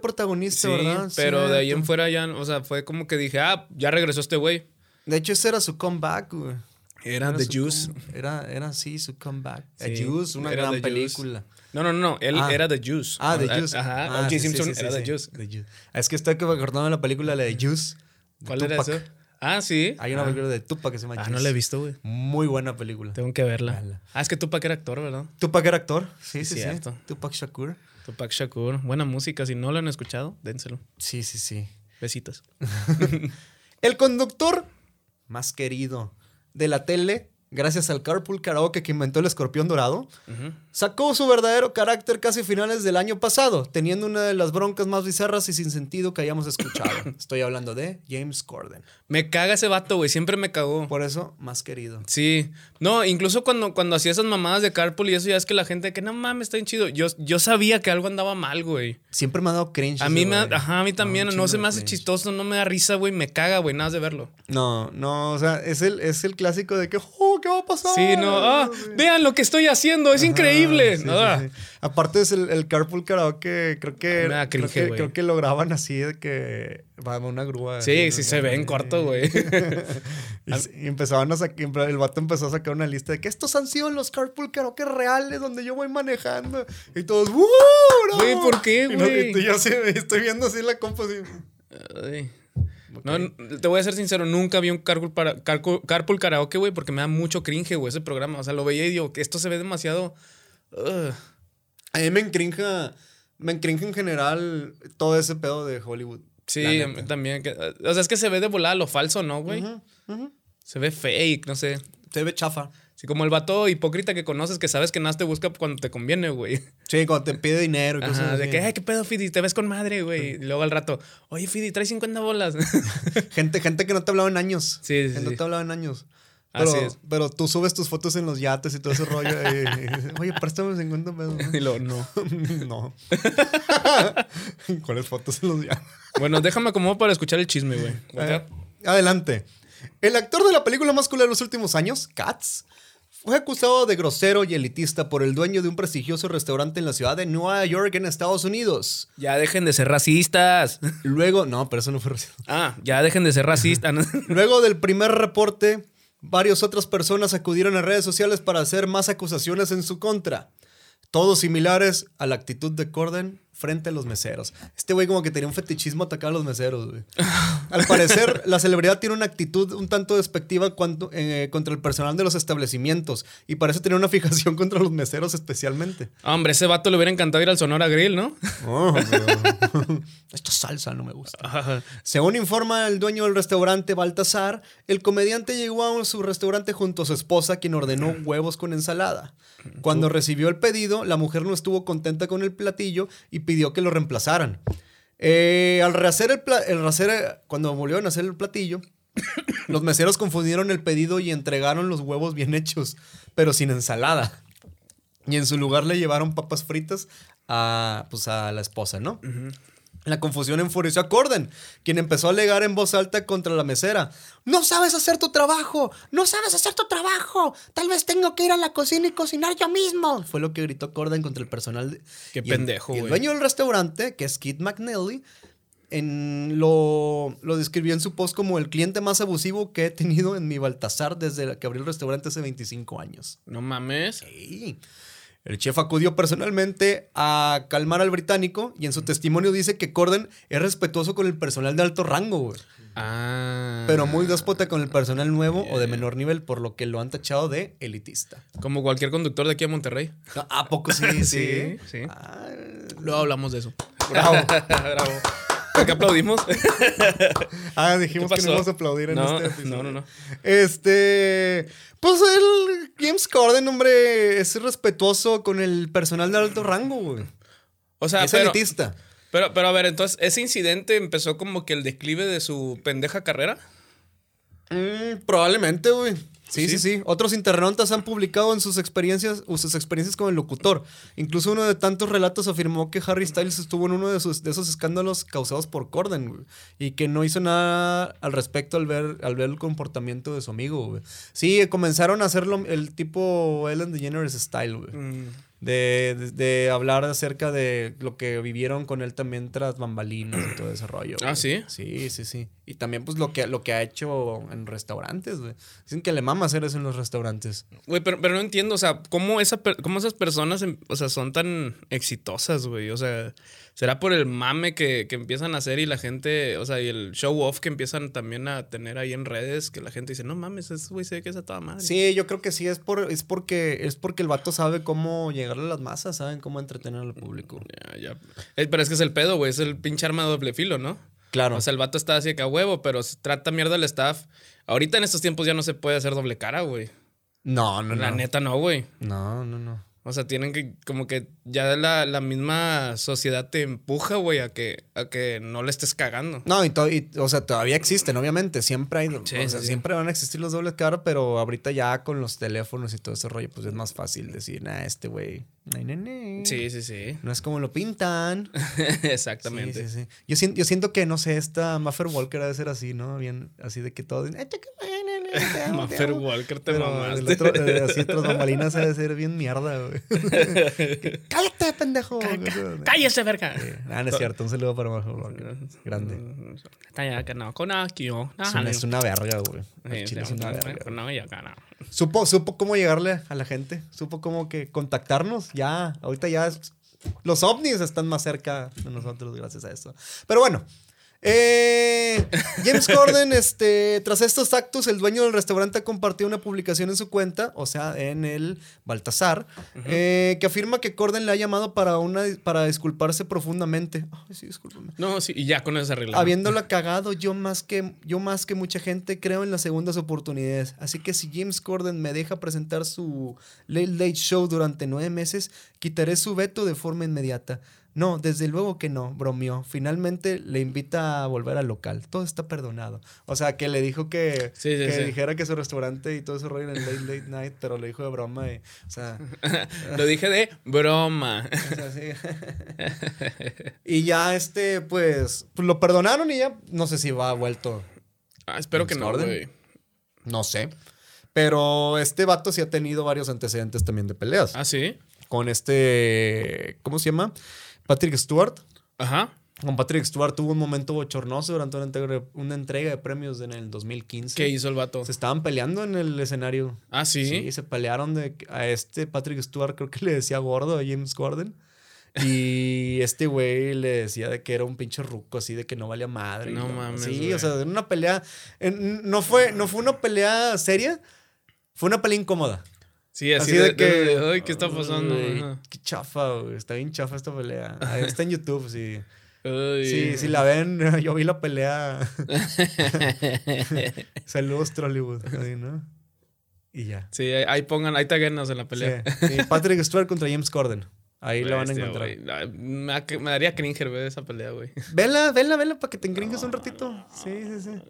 C: Sí,
D: protagonista, ¿verdad?
C: pero de ahí en
D: Cierto.
C: fuera ya, o sea, fue como que dije, ah, ya regresó este güey.
D: De hecho, ese era su comeback, güey.
C: Era Ah, The
D: su
C: Juice.
D: com- Era, era sí, su comeback. The
C: Sí,
D: Juice, una
C: era
D: gran
C: The Juice.
D: película.
C: No, no, no, él
D: Ah.
C: era The Juice.
D: Ah, The
C: Ah,
D: Juice.
C: Ajá,
D: Ah,
C: O.J.
D: sí, sí,
C: Simpson
D: sí,
C: era
D: sí,
C: The
D: sí.
C: Juice.
D: The Juice. Ah, Es que estoy que acordando de la película la de Juice. de
C: ¿Cuál
D: Tupac.
C: era eso? Ah, sí.
D: Hay una
C: Ah.
D: película de Tupac que se llama
C: Ah,
D: Juice.
C: no la he visto, güey.
D: Muy buena película.
C: Tengo que verla.
D: Ala.
C: Ah, es que Tupac era actor, ¿verdad?
D: Tupac era actor. Sí,
C: Es
D: sí, sí.
C: cierto.
D: Tupac Shakur.
C: Tupac Shakur. Buena música. Si no lo han escuchado, dénselo.
D: Sí, sí, sí.
C: Besitos.
D: El conductor más querido de la tele, gracias al carpool karaoke que inventó el escorpión dorado, sacó su verdadero carácter casi a finales del año pasado, teniendo una de las broncas más bizarras y sin sentido que hayamos escuchado. Estoy hablando de James Corden.
C: Me caga ese vato, güey. Siempre me cagó.
D: Por eso, más querido.
C: Sí. No, incluso cuando, cuando hacía esas mamadas de carpool y eso, ya es que la gente que no mames, está bien chido. Yo, yo sabía que algo andaba mal, güey.
D: Siempre me ha dado cringe.
C: A
D: ese
C: mí me,
D: güey.
C: ajá, a mí
D: No,
C: también.
D: un
C: No,
D: chingo
C: se
D: de
C: me hace
D: cringe.
C: chistoso, no me da risa, güey. Me caga, güey. Nada más de verlo.
D: No, no, o sea, es el, es el clásico de que, oh, ¿qué va a pasar?
C: Sí, no. Ah,
D: Sí.
C: vean lo que estoy haciendo. Es
D: Ajá,
C: increíble. Ah,
D: sí, sí,
C: Nada.
D: sí. Aparte es el, el carpool karaoke, creo que,
C: Me da
D: creo,
C: cringe,
D: que
C: güey.
D: creo que lo graban así de que va una grúa.
C: Sí,
D: así,
C: sí,
D: ¿no?
C: se ve en corto, güey.
D: Y, s- y empezaban a sacar, el vato empezó a sacar una lista de que estos han sido los carpool karaoke reales donde yo voy manejando. Y todos, ¡Woo! bravo".
C: Güey, ¿por qué,
D: Y no-
C: güey?
D: Y, yo así, estoy viendo así la compa así.
C: Ay. No, n- te voy a ser sincero, nunca vi un carpool, para, carco- carpool karaoke, güey, porque me da mucho cringe, güey, ese programa. O sea, lo veía y digo, que esto se ve demasiado. Ugh.
D: A mí me encrinja, me encrinja en general todo ese pedo de Hollywood. la
C: sí,
D: neta.
C: a mí también. que- o sea, es que se ve de volada lo falso, ¿no, güey? Se ve fake, no sé.
D: Se ve chafa.
C: Sí, como el vato hipócrita que conoces que sabes que nada te busca cuando te conviene, güey.
D: Sí, cuando te pide dinero. y cosas
C: Ajá, de
D: así.
C: que, ay, qué pedo, Fidi, te ves con madre, güey. Y luego al rato, oye, Fidi, trae 50 bolas.
D: Gente, gente que no te ha hablado en años.
C: Sí, sí,
D: Que no
C: sí.
D: te ha hablado en años. Pero,
C: Así es.
D: pero tú subes tus fotos en los yates y todo ese rollo. eh, y dices, Oye, préstame 50 pesos.
C: y luego, no.
D: no. ¿Cuáles fotos en los yates?
C: Bueno, déjame como para escuchar el chisme, güey.
D: Eh, adelante. El actor de la película más culera de los últimos años, Katz, fue acusado de grosero y elitista por el dueño de un prestigioso restaurante en la ciudad de Nueva York, en Estados Unidos.
C: Ya dejen de ser racistas.
D: Luego, no, pero eso no fue racismo.
C: Ah, ya dejen de ser racistas.
D: Luego del primer reporte, varias otras personas acudieron a redes sociales para hacer más acusaciones en su contra. Todos similares a la actitud de Corden frente a los meseros. Este güey como que tenía un fetichismo a atacar a los meseros, güey. Al parecer, la celebridad tiene una actitud un tanto despectiva cuanto- eh, contra el personal de los establecimientos y parece tener una fijación contra los meseros especialmente.
C: Ah, Hombre, ese vato le hubiera encantado ir al Sonora Grill, ¿no?
D: Esta salsa no me gusta. Según informa el dueño del restaurante Baltasar, el comediante llegó a su restaurante junto a su esposa, quien ordenó huevos con ensalada. Cuando recibió el pedido, la mujer no estuvo contenta con el platillo y pidió que lo reemplazaran. Eh, al rehacer el, pla- el rehacer- cuando volvieron a hacer el platillo, los meseros confundieron el pedido y entregaron los huevos bien hechos, pero sin ensalada. Y en su lugar le llevaron papas fritas a, pues, a la esposa, ¿no? La confusión enfureció a Corden, quien empezó a alegar en voz alta contra la mesera. No sabes hacer tu trabajo, no sabes hacer tu trabajo. Tal vez tengo que ir a la cocina y cocinar yo mismo. Fue lo que gritó Corden contra el personal. de-
C: Qué
D: y el-
C: pendejo,
D: y el
C: güey.
D: dueño del restaurante, que es Kit McNally, en- lo, lo describió en su post como el cliente más abusivo que he tenido en mi Baltasar desde que abrí el restaurante hace 25 años.
C: No mames.
D: Sí. El chef acudió personalmente a calmar al británico y en su testimonio dice que Corden es respetuoso con el personal de alto rango, güey,
C: Ah.
D: pero muy déspota con el personal nuevo o de menor nivel, por lo que lo han tachado de elitista.
C: Como cualquier conductor de aquí a Monterrey.
D: No, ¿A poco sí? Sí,
C: Sí, sí.
D: Ah,
C: Luego hablamos de eso.
D: bravo.
C: Bravo. ¿Por qué aplaudimos?
D: Ah, dijimos
C: ¿Qué
D: que no
C: pasó?
D: íbamos a aplaudir en
C: No,
D: este episodio.
C: no, no, no.
D: Este. Pues el James Corden, hombre, es respetuoso con el personal de alto rango, güey.
C: O sea,
D: es
C: pero,
D: elitista.
C: pero, pero a ver, entonces, ¿ese incidente empezó como que el declive de su pendeja carrera?
D: Mm, probablemente, güey. Sí,
C: Sí.
D: sí, sí. Otros internautas han publicado en sus experiencias o sus experiencias con el locutor. Incluso uno de tantos relatos afirmó que Harry Styles estuvo en uno de, sus, de esos escándalos causados por Corden, güey, y que no hizo nada al respecto al ver, al ver el comportamiento de su amigo, güey. Sí, eh, comenzaron a hacerlo el tipo Ellen DeGeneres style, güey. De, de- de hablar acerca de lo que vivieron con él también tras bambalinas y todo ese rollo.
C: Ah,
D: güey.
C: ¿sí?
D: Sí, sí, sí. Y también, pues, lo que, lo que ha hecho en restaurantes, güey. Dicen que le mama hacer eso en los restaurantes.
C: Güey, pero, pero no entiendo, o sea, ¿cómo, esa per- cómo esas personas, em- o sea, son tan exitosas, güey? O sea, ¿será por el mame que, que empiezan a hacer y la gente, o sea, y el show off que empiezan también a tener ahí en redes, que la gente dice, no mames, ese güey se ve que es a toda madre.
D: Sí, yo creo que sí, es, por, es, porque, es porque el vato sabe cómo llegarle a las masas, saben cómo entretener al público.
C: Ya, ya. Eh, pero es que es el pedo, güey, es el pinche arma de doble filo, ¿no?
D: Claro.
C: O sea, el vato está así de que a huevo, pero se trata mierda al staff. Ahorita en estos tiempos ya no se puede hacer doble cara, güey.
D: no, no, no.
C: La neta no, güey.
D: No, no, no.
C: O sea, tienen que, como que ya la, la misma sociedad te empuja, güey, a que, a que no le estés cagando.
D: No, y, to- y, o sea, todavía existen, obviamente. Siempre hay, o sea,
C: sí, sí.
D: siempre van a existir los dobles cara, pero ahorita ya con los teléfonos y todo ese rollo, pues es más fácil decir, nah, este güey. Ay, ne, ne.
C: Sí, sí, sí.
D: No es como lo pintan.
C: Exactamente.
D: Sí, sí, sí. Yo, siento, yo siento que, no sé, esta Maffer Walker ha de ser así, ¿no? Bien, así de que todo. "Ay, te que- ay, ne, ne, te amo, te
C: Maffer
D: amo".
C: Walker te
D: Pero el
C: mamaste.
D: otro, eh, así tras bambalinas ha de ser bien mierda, güey. ¡Cállate, pendejo!
C: ¡Cállese, verga!
D: Ah, no es cierto. Un saludo para Maffer Walker. Grande. Es una, es una verga, güey. Al chile es una verga. Supo, supo cómo llegarle a la gente, supo cómo que contactarnos. Ya, ahorita ya es- los ovnis están más cerca de nosotros gracias a eso. Pero bueno, eh, James Corden, este, tras estos actos, el dueño del restaurante ha compartido una publicación en su cuenta, o sea, en el Baltasar, eh, que afirma que Corden le ha llamado para, una, para disculparse profundamente. Ay, sí, discúlpame.
C: No, sí, y ya con eso se arregla.
D: Habiéndola cagado, yo más que yo más que mucha gente creo en las segundas oportunidades. Así que si James Corden me deja presentar su Late Late Show durante nueve meses, quitaré su veto de forma inmediata. No, desde luego que no, bromeó. Finalmente le invita a volver al local. Todo está perdonado. O sea, que le dijo que,
C: Sí, sí,
D: que
C: sí.
D: dijera que su restaurante y todo ese rollo en el Late Late Night, pero lo dijo de broma. y- o sea,
C: Lo dije de broma.
D: o sea, sí. y ya este, pues, pues, lo perdonaron y ya no sé si va vuelto.
C: Ah, espero que no,
D: Orden.
C: güey.
D: No sé. Pero este vato sí ha tenido varios antecedentes también de peleas.
C: Ah, sí.
D: Con este. ¿Cómo se llama? Patrick Stewart.
C: Ajá.
D: Con Patrick Stewart tuvo un momento bochornoso durante una entrega, una entrega de premios en el 2015.
C: ¿Qué hizo el vato?
D: Se estaban peleando en el escenario.
C: Ah, sí.
D: se pelearon de, a este Patrick Stewart, creo que le decía gordo a James Gordon. Y este güey le decía de que era un pinche ruco, así de que no valía madre. y
C: No
D: lo-
C: mames,
D: Sí,
C: güey.
D: o sea, en una pelea. en- no, fue, no fue una pelea seria, fue una pelea incómoda.
C: Sí, así,
D: Así
C: de,
D: de que-
C: de- ay, ¿qué está pasando?
D: Ay,
C: Ajá.
D: qué chafa, güey. Está bien chafa esta pelea. Ah, Está en YouTube, sí.
C: Ay.
D: Sí, si la ven, yo vi la pelea. Saludos, Trollywood. Ahí, ¿no? Y ya.
C: Sí, ahí, ahí pongan, ahí taguenos en la pelea.
D: Sí, sí, Patrick Stewart contra James Corden. Ahí la van a
C: Bestia,
D: encontrar.
C: güey. Ay, Me, da cr- me daría cringe ver esa pelea, güey.
D: Vela, vela, vela para que te encringes un ratito. Sí, sí, sí.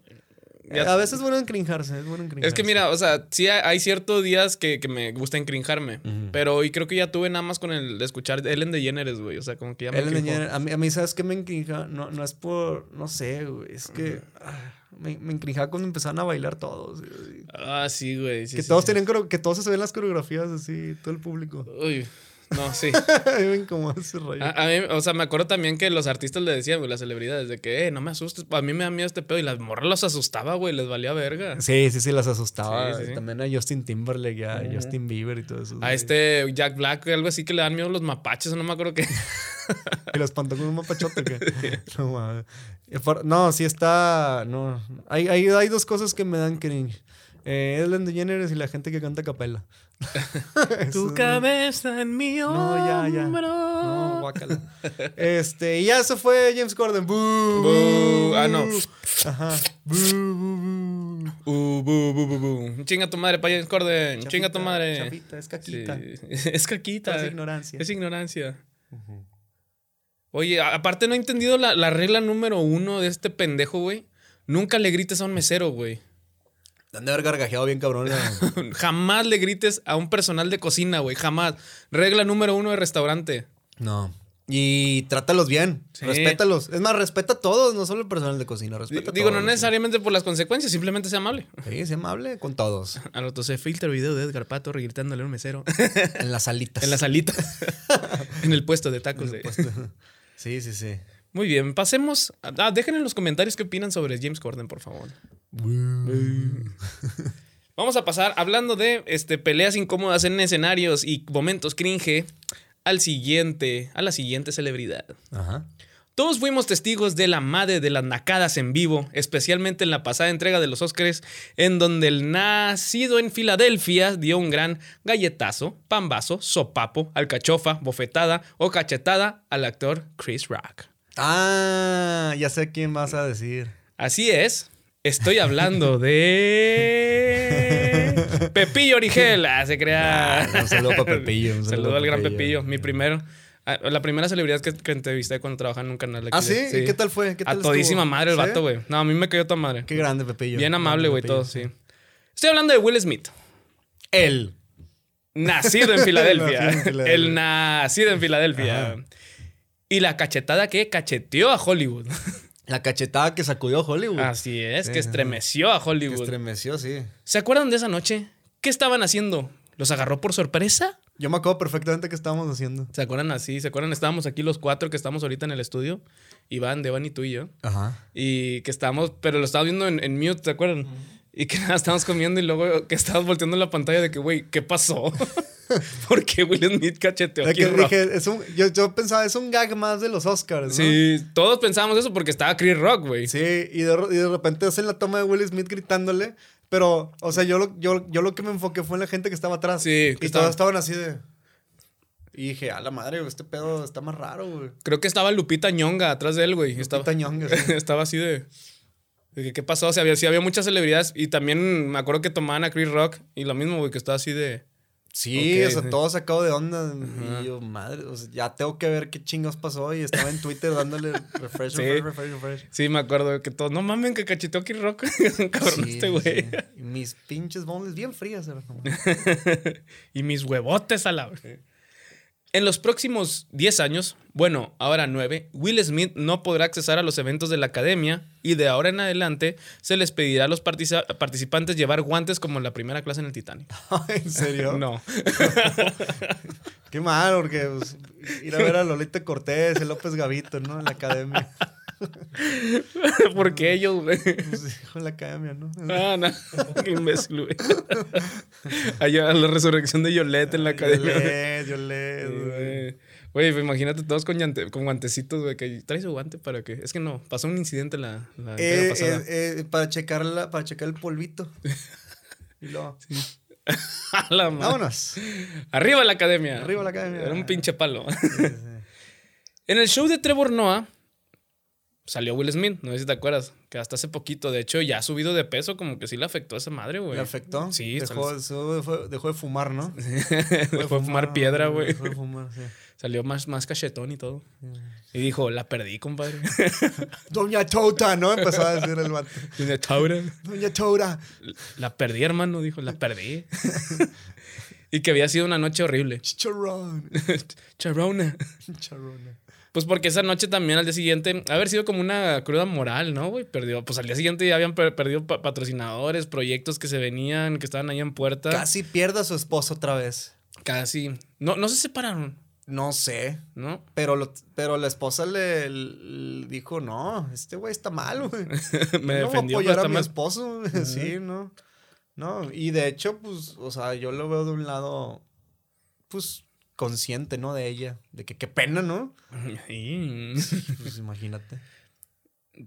C: Ya-
D: a veces es bueno encrinjarse, es bueno encrinjarse.
C: Es que mira, o sea, sí hay, hay ciertos días que, que me gusta encrinjarme. Pero hoy creo que ya tuve nada más con el de escuchar Ellen DeGeneres, güey. O sea, como que ya me
D: Ellen
C: encrinjó.
D: DeGeneres, a, mí, a mí, ¿sabes qué me encrinja? No, no es por, no sé, güey, es que ah, me, me encrinjaba cuando empezaron a bailar todos. y- y-
C: Ah, sí, güey. sí,
D: que
C: sí,
D: todos
C: sí.
D: tenían coreo- que todos se ven las coreografías así, todo el público.
C: Uy, no, sí.
D: a mí me incomoda ese rollo. Ah,
C: A, a mí, o sea, me acuerdo también que los artistas le decían, güey, las celebridades, de que, eh, no me asustes, a mí me da miedo este pedo. Y las morras los asustaba, güey, les valía verga.
D: Sí, sí, sí, las asustaba.
C: Sí, sí, sí.
D: También a Justin Timberlake, a Justin Bieber y todo eso.
C: A este Jack Black, algo así que le dan miedo los mapaches, no me acuerdo qué.
D: Y lo espantó con un mapachote. que- no, mames. Y apar- no, sí está. No. Hay, hay, hay dos cosas que me dan cringe. Eh, Ellen DeGeneres y la gente que canta a capela. Eso-
C: cabeza en mi
D: No, ya, ya. No, guácala. Este, y ya eso fue James Corden. Bú,
C: Bu- ah, no.
D: Ajá. Bú, bú, bú.
C: Uh, bu, bu, bu, bu. Chinga tu madre, Payas Corden. Chinga tu
D: Chafita,
C: madre.
D: Chafita, es
C: Sí.
D: caquita.
C: Es caquita.
D: Es ignorancia.
C: Es ignorancia. Oye, a- aparte no he entendido la, la regla número uno de este pendejo, güey. Nunca le grites a un mesero, güey.
D: Han de haber gargajeado bien cabrón. la-
C: Jamás le grites a un personal de cocina, güey. Jamás. Regla número uno de restaurante.
D: No. Y trátalos bien.
C: Sí.
D: Respétalos. Es más, respeta a todos, no solo el personal de cocina.
C: Di-
D: Respeta a
C: Digo,
D: todos,
C: no
D: sí.
C: necesariamente por las consecuencias, simplemente sea amable.
D: Sí, sea amable con todos.
C: Al rato se filtra el video de Edgar Pato gritándole a un mesero.
D: En las alitas.
C: en la salita. en el puesto de tacos. de-
D: Sí, sí, sí.
C: Muy bien, pasemos. a- Ah, dejen en los comentarios qué opinan sobre James Corden, por favor. Vamos a pasar, hablando de este, peleas incómodas en escenarios y momentos cringe, al siguiente, a la siguiente celebridad.
D: Ajá.
C: Todos fuimos testigos de la madre de las nacadas en vivo, especialmente en la pasada entrega de los Oscars, en donde el nacido en Filadelfia dio un gran galletazo, pambazo, sopapo, alcachofa, bofetada o cachetada al actor Chris Rock.
D: Ah, ya sé quién vas a decir.
C: Así es. Estoy hablando de Pepillo Origel. Ah, se crea.
D: Nah, un saludo pa' Pepillo, un
C: Saludo,
D: saludo
C: al
D: pa'
C: gran
D: Pepillo.
C: Pepillo. Mi primero. ah, La primera celebridad que, que entrevisté cuando trabajaba en un canal. de
D: ¿Ah,
C: aquí de-
D: sí? ¿Y qué tal fue? ¿Qué
C: A
D: tal
C: todísima
D: estuvo?
C: madre el
D: ¿Sí?
C: vato, güey. No, a mí me cayó toda madre.
D: Qué grande, Pepillo.
C: Bien
D: Qué
C: amable,
D: grande,
C: güey,
D: Pepillo,
C: todo, sí. Estoy hablando de Will Smith. El nacido en Filadelfia.
D: Nacido en Filadelfia.
C: el nacido en Filadelfia.
D: Ajá.
C: Y la cachetada que cacheteó a Hollywood.
D: La cachetada que sacudió Hollywood.
C: Así es,
D: Sí,
C: que
D: ajá.
C: estremeció a
D: que
C: Hollywood.
D: estremeció, sí.
C: ¿Se acuerdan de esa noche? ¿Qué estaban haciendo? ¿Los agarró por sorpresa?
D: Yo me acuerdo perfectamente qué estábamos haciendo.
C: ¿Se acuerdan así? ¿Se acuerdan? Estábamos aquí los cuatro que estamos ahorita en el estudio. Iván, Devan y tú y yo.
D: Ajá.
C: Y que estábamos, pero lo estaba viendo en, en mute, ¿se acuerdan? Y que nada, estábamos comiendo y luego que estábamos volteando la pantalla de que, güey, ¿qué pasó? ¿Por qué Will Smith cacheteó
D: Es
C: aquí?
D: que dije, es un, yo, yo pensaba, es un gag más de los Oscars, ¿no?
C: Sí, todos pensábamos eso porque estaba Chris Rock, güey.
D: Sí, y de, y de repente hacen la toma de Will Smith gritándole. Pero, o sea, yo lo, yo, yo lo que me enfoqué fue en la gente que estaba atrás.
C: Sí,
D: y
C: que
D: todos estaban así de. Y dije, a la madre, güey, este pedo está más raro, güey.
C: Creo que estaba Lupita Ñonga atrás de él, güey. Estaba,
D: Ñonga, sí.
C: estaba así de. de que, ¿Qué pasó? O sea, había, sí había muchas celebridades y también me acuerdo que tomaban a Chris Rock y lo mismo, güey, que estaba así de.
D: Sí,
C: Ok,
D: o sea,
C: sí.
D: todo sacado de onda. Y yo, madre, o sea, ya tengo que ver qué chingos pasó. Y estaba en Twitter dándole refresh,
C: Sí.
D: refresh, refresh, refresh.
C: Sí, me acuerdo que todos. No mamen, que cacheteó a Chris Rock. Cabrón,
D: Sí,
C: este güey.
D: sí. Y Mis pinches bonles bien frías. era como-
C: y mis huevotes a la. En los próximos 10 años, bueno, ahora 9, Will Smith no podrá accesar a los eventos de la academia y de ahora en adelante se les pedirá a los partiza- participantes llevar guantes como en la primera clase en el Titanic.
D: ¿En serio?
C: No.
D: Qué mal, porque pues, ir a ver a Lolita Cortés, el López Gavito, ¿no? En la academia.
C: Porque ellos, güey.
D: Pues, hijo, en la academia, ¿no?
C: Ah, no. Qué imbécil, güey. Allá la resurrección de Yolette en la academia. güey.
D: Yo le, yo le. güey.
C: Güey, Güey, pues, imagínate todos con, llante- con guantecitos, güey. Que trae su guante para que. Es que no, pasó un incidente la, la
D: Eh,
C: entrega pasada.
D: eh, eh, para, checar la- para checar el polvito. Y luego,
C: A la madre.
D: vámonos.
C: Arriba la academia.
D: Arriba la academia.
C: Era un pinche palo. en el show de Trevor Noah salió Will Smith, no sé si te acuerdas, que hasta hace poquito, de hecho, ya ha subido de peso, como que sí le afectó a esa madre, güey.
D: ¿Le afectó?
C: Sí,
D: dejó, su- fue- dejó de fumar, ¿no?
C: salió- dejó de fumar piedra, güey.
D: Dejó de fumar, sí.
C: Salió más, más cachetón y todo. Y dijo, la perdí, compadre.
D: Doña Tota, ¿no? Empezó a decir el vato.
C: Y de Taura.
D: Doña Tota.
C: La perdí, hermano, dijo, la perdí. y que había sido una noche horrible.
D: Chicharrón.
C: Charona.
D: Chicharrona.
C: Pues porque esa noche también al día siguiente, haber sido como una cruda moral, ¿no, güey? Perdió, pues al día siguiente ya habían per- perdido pa- patrocinadores, proyectos que se venían, que estaban ahí en puerta.
D: Casi pierde a su esposo otra vez.
C: Casi. No, no se separaron,
D: No sé.
C: ¿no?
D: Pero, lo- pero la esposa le, le dijo, no, este güey está mal, güey.
C: Me
D: no voy a
C: defendió, pero
D: apoyar
C: está
D: a mi
C: mal.
D: esposo, güey. sí, ¿no? No, y de hecho, pues, o sea, yo lo veo de un lado, pues, consciente, ¿no? De ella, de que qué pena, ¿no?
C: Sí.
D: Pues imagínate.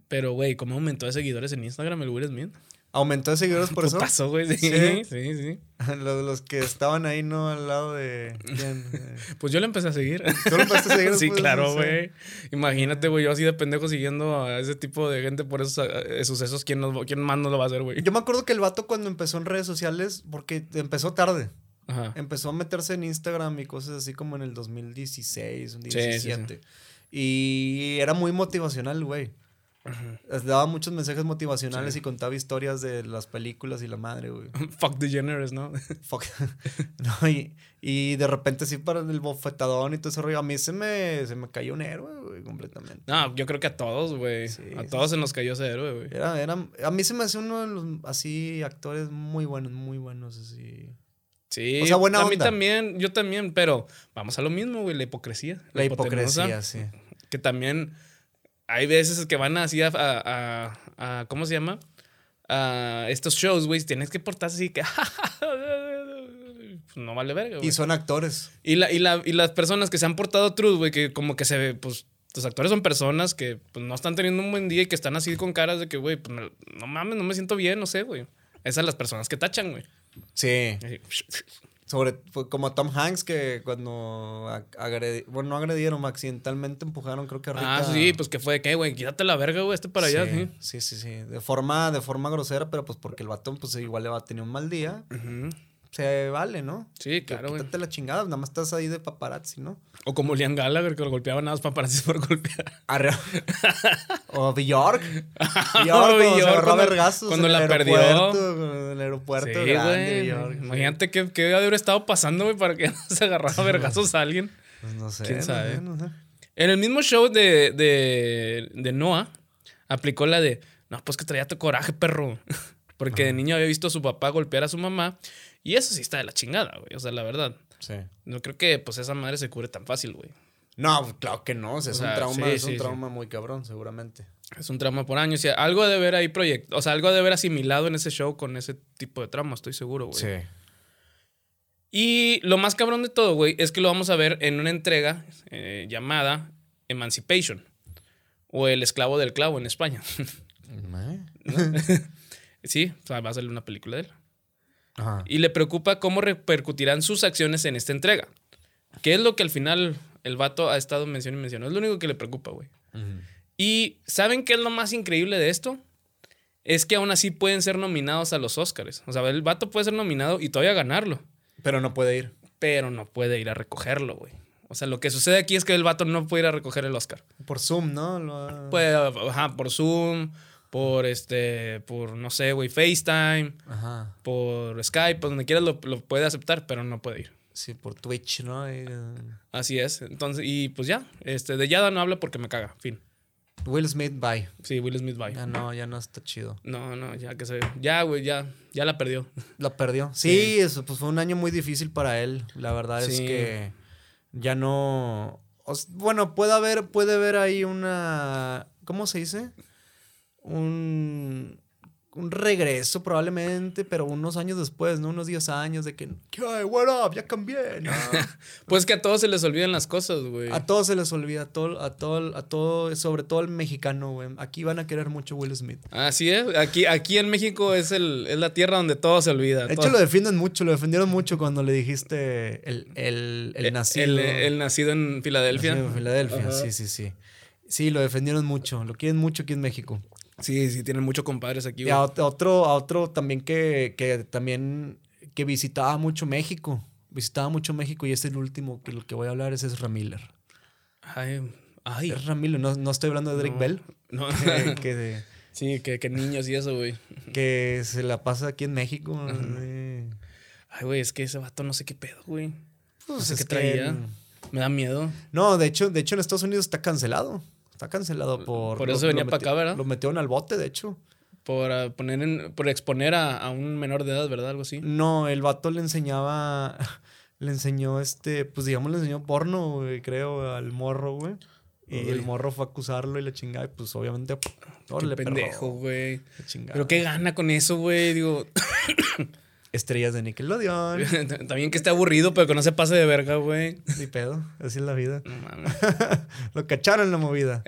C: Pero, güey, ¿cómo aumentó de seguidores en Instagram el Will Smith?
D: Aumentó de seguidores por eso.
C: Pasó, güey. Sí, sí,
D: Sí.
C: sí,
D: Los, los que estaban ahí, ¿no? Al lado de... ¿quién? Eh,
C: Pues yo lo empecé a seguir.
D: ¿Tú lo empezaste a seguir
C: Sí,
D: después?
C: claro,
D: Sí.
C: güey. Imagínate, güey, yo así de pendejo siguiendo a ese tipo de gente por esos eh, sucesos. ¿Quién, nos- quién más no lo va a hacer, güey?
D: Yo me acuerdo que el vato cuando empezó en redes sociales, porque empezó tarde,
C: Ajá.
D: empezó a meterse en Instagram y cosas así como en el 2016, un
C: sí, sí.
D: 2017. Y era muy motivacional, güey. Les Daba muchos mensajes motivacionales y contaba historias de las películas y la madre, güey.
C: Fuck the generous, ¿no?
D: Fuck. No, y, y de repente sí para el bofetadón y todo ese rollo. A mí se me, se me cayó un héroe, güey, completamente.
C: No, yo creo que a todos, güey.
D: Sí,
C: a
D: sí,
C: todos se nos cayó ese héroe, güey.
D: Era, era, a mí se me hace uno de los así actores muy buenos, muy buenos, así.
C: Sí.
D: O sea, buena
C: a mí
D: onda.
C: también, yo también, pero vamos a lo mismo, güey, la hipocresía.
D: La
C: hipotenusa,
D: hipocresía, sí.
C: Que también hay veces que van así a, a- a- a- ¿cómo se llama? A estos shows, güey, tienes que portarse así que... pues, no vale verga, güey.
D: Y son actores.
C: Y, la, y, la- y las personas que se han portado true, güey, que como que se ve, pues, los actores son personas que pues, no están teniendo un buen día y que están así con caras de que, güey, pues, me- no mames, no me siento bien, no sé, güey. Esas las personas que tachan, güey.
D: Sí.
C: Así,
D: Sobre, fue como Tom Hanks, que cuando ag- agredi- bueno, no agredieron, accidentalmente empujaron, creo que a Rita.
C: Ah, sí, pues que fue de qué, güey, quítate la verga, güey, este para allá, sí.
D: Sí, sí, sí. De forma, de forma grosera, pero pues porque el batón, pues igual le va a tener un mal día.
C: Ujú.
D: Se vale, ¿no?
C: Sí, claro, güey.
D: Quítate la chingada, nada más estás ahí de paparazzi, ¿no?
C: O como Liam Gallagher, que lo golpeaban nada más paparazzi por golpear.
D: Arre- o Bjork.
C: Bjork
D: Bjork, cuando se agarró a
C: cuando-
D: vergazos
C: cuando
D: en el
C: la perdió.
D: aeropuerto, en el aeropuerto
C: Sí,
D: grande,
C: güey.
D: Bjork, sí.
C: Imagínate qué, qué haber estado pasando, güey, para que se agarrara a vergazos a alguien.
D: Pues no sé.
C: ¿Quién
D: no
C: sabe?
D: sé, no sé.
C: En el mismo show de, de, de Noah, aplicó la de, no, pues que traía tu coraje, perro. Porque de niño había visto a su papá golpear a su mamá. Y eso sí está de la chingada, güey. O sea, la verdad.
D: Sí.
C: No creo que pues esa madre se cure tan fácil, güey.
D: No, pues, claro que no. o sea, es
C: O sea,
D: un trauma,
C: sí,
D: es un
C: sí, sí.
D: trauma muy cabrón, seguramente.
C: Es un trauma por año. O sea, algo ha de ver ahí proyecto. O sea, algo ha de ver asimilado en ese show con ese tipo de trauma, estoy seguro, güey. Y lo más cabrón de todo, güey, es que lo vamos a ver en una entrega eh, llamada Emancipation. O El esclavo del clavo en España. sí, o sea, va a salir una película de él.
D: Ajá.
C: y le preocupa cómo repercutirán sus acciones en esta entrega. Que es lo que al final el vato ha estado mencionando y mencionando. Es lo único que le preocupa, güey.
D: Ujú.
C: Y ¿saben qué es lo más increíble de esto? Es que aún así pueden ser nominados a los Oscars. O sea, el vato puede ser nominado y todavía ganarlo,
D: Pero no puede ir.
C: pero no puede ir a recogerlo, güey. O sea, lo que sucede aquí es que el vato no puede ir a recoger el Oscar.
D: Por Zoom, ¿no? Lo-
C: Puede, ajá, por Zoom, por este, por no sé, güey, FaceTime,
D: Ajá.
C: por Skype, por donde quiera lo, lo puede aceptar, pero no puede ir.
D: Sí, por Twitch, ¿no? Y, eh,
C: Así es. Entonces, y pues ya, este, de Yada no habla porque me caga. Fin.
D: Will Smith, bye.
C: Sí, Will Smith bye.
D: Ya no, ya no está chido.
C: No, no, ya que se. Ya, güey, ya, ya la perdió.
D: La perdió. Sí, eso, pues fue un año muy difícil para él. La verdad es
C: Sí.
D: que ya no. o s- bueno, puede haber, puede haber ahí una. ¿Cómo se dice? Un. Un regreso probablemente, pero unos años después, ¿no? Unos 10 años de que, ¿qué hay? What up? Ya cambié. ¿no?
C: Pues que a todos se les olvidan las cosas, güey.
D: a todos se les olvida, a todo, a todo, a todo, sobre todo al mexicano, güey. Aquí van a querer mucho Will Smith.
C: Así es. Aquí, aquí en México es, el, es la tierra donde todo se olvida.
D: De hecho,
C: Todo-
D: lo defienden mucho, lo defendieron mucho cuando le dijiste el, el, el nacido.
C: Eh, El, el nacido en Filadelfia.
D: Nacido en Filadelfia,
C: Ajá.
D: sí, sí, sí. Sí, lo defendieron mucho, lo quieren mucho aquí en México.
C: Sí, sí, tienen muchos compadres aquí,
D: Y
C: güey.
D: a ot- a otro, a otro también que, que también que visitaba mucho México. Visitaba mucho México y es el último que lo que voy a hablar es Ezra Miller.
C: Ay, ay.
D: Ezra Miller, no, no estoy hablando de Drake
C: No.
D: Bell,
C: No.
D: que, que,
C: sí, que, que niños y eso, güey.
D: que se la pasa aquí en México. eh.
C: Ay, güey, es que ese vato no sé qué pedo, güey.
D: Pues
C: No sé
D: es
C: qué
D: que-
C: traía. Me da miedo.
D: No, de hecho, de hecho en Estados Unidos está cancelado. Está cancelado por...
C: Por
D: lo-
C: eso
D: lo
C: venía pa'
D: meti-
C: acá, ¿verdad?
D: Lo metieron al bote, de hecho.
C: Por, ah, poner en- por exponer a, a un menor de edad, ¿verdad? Algo así.
D: No, el vato le enseñaba. Le enseñó este. Pues digamos, le enseñó porno, güey, creo, al morro, güey. Y
C: Uy.
D: el morro fue a acusarle y la chingada. Y pues obviamente.
C: Qué
D: órale, perro,
C: pendejo, güey.
D: la chingada.
C: Pero qué gana con eso, güey. Digo,
D: Estrellas de Nickelodeon.
C: también que esté aburrido, pero que no se pase de verga, güey.
D: Ni pedo. Así es la vida.
C: No mames.
D: Lo cacharon en la movida.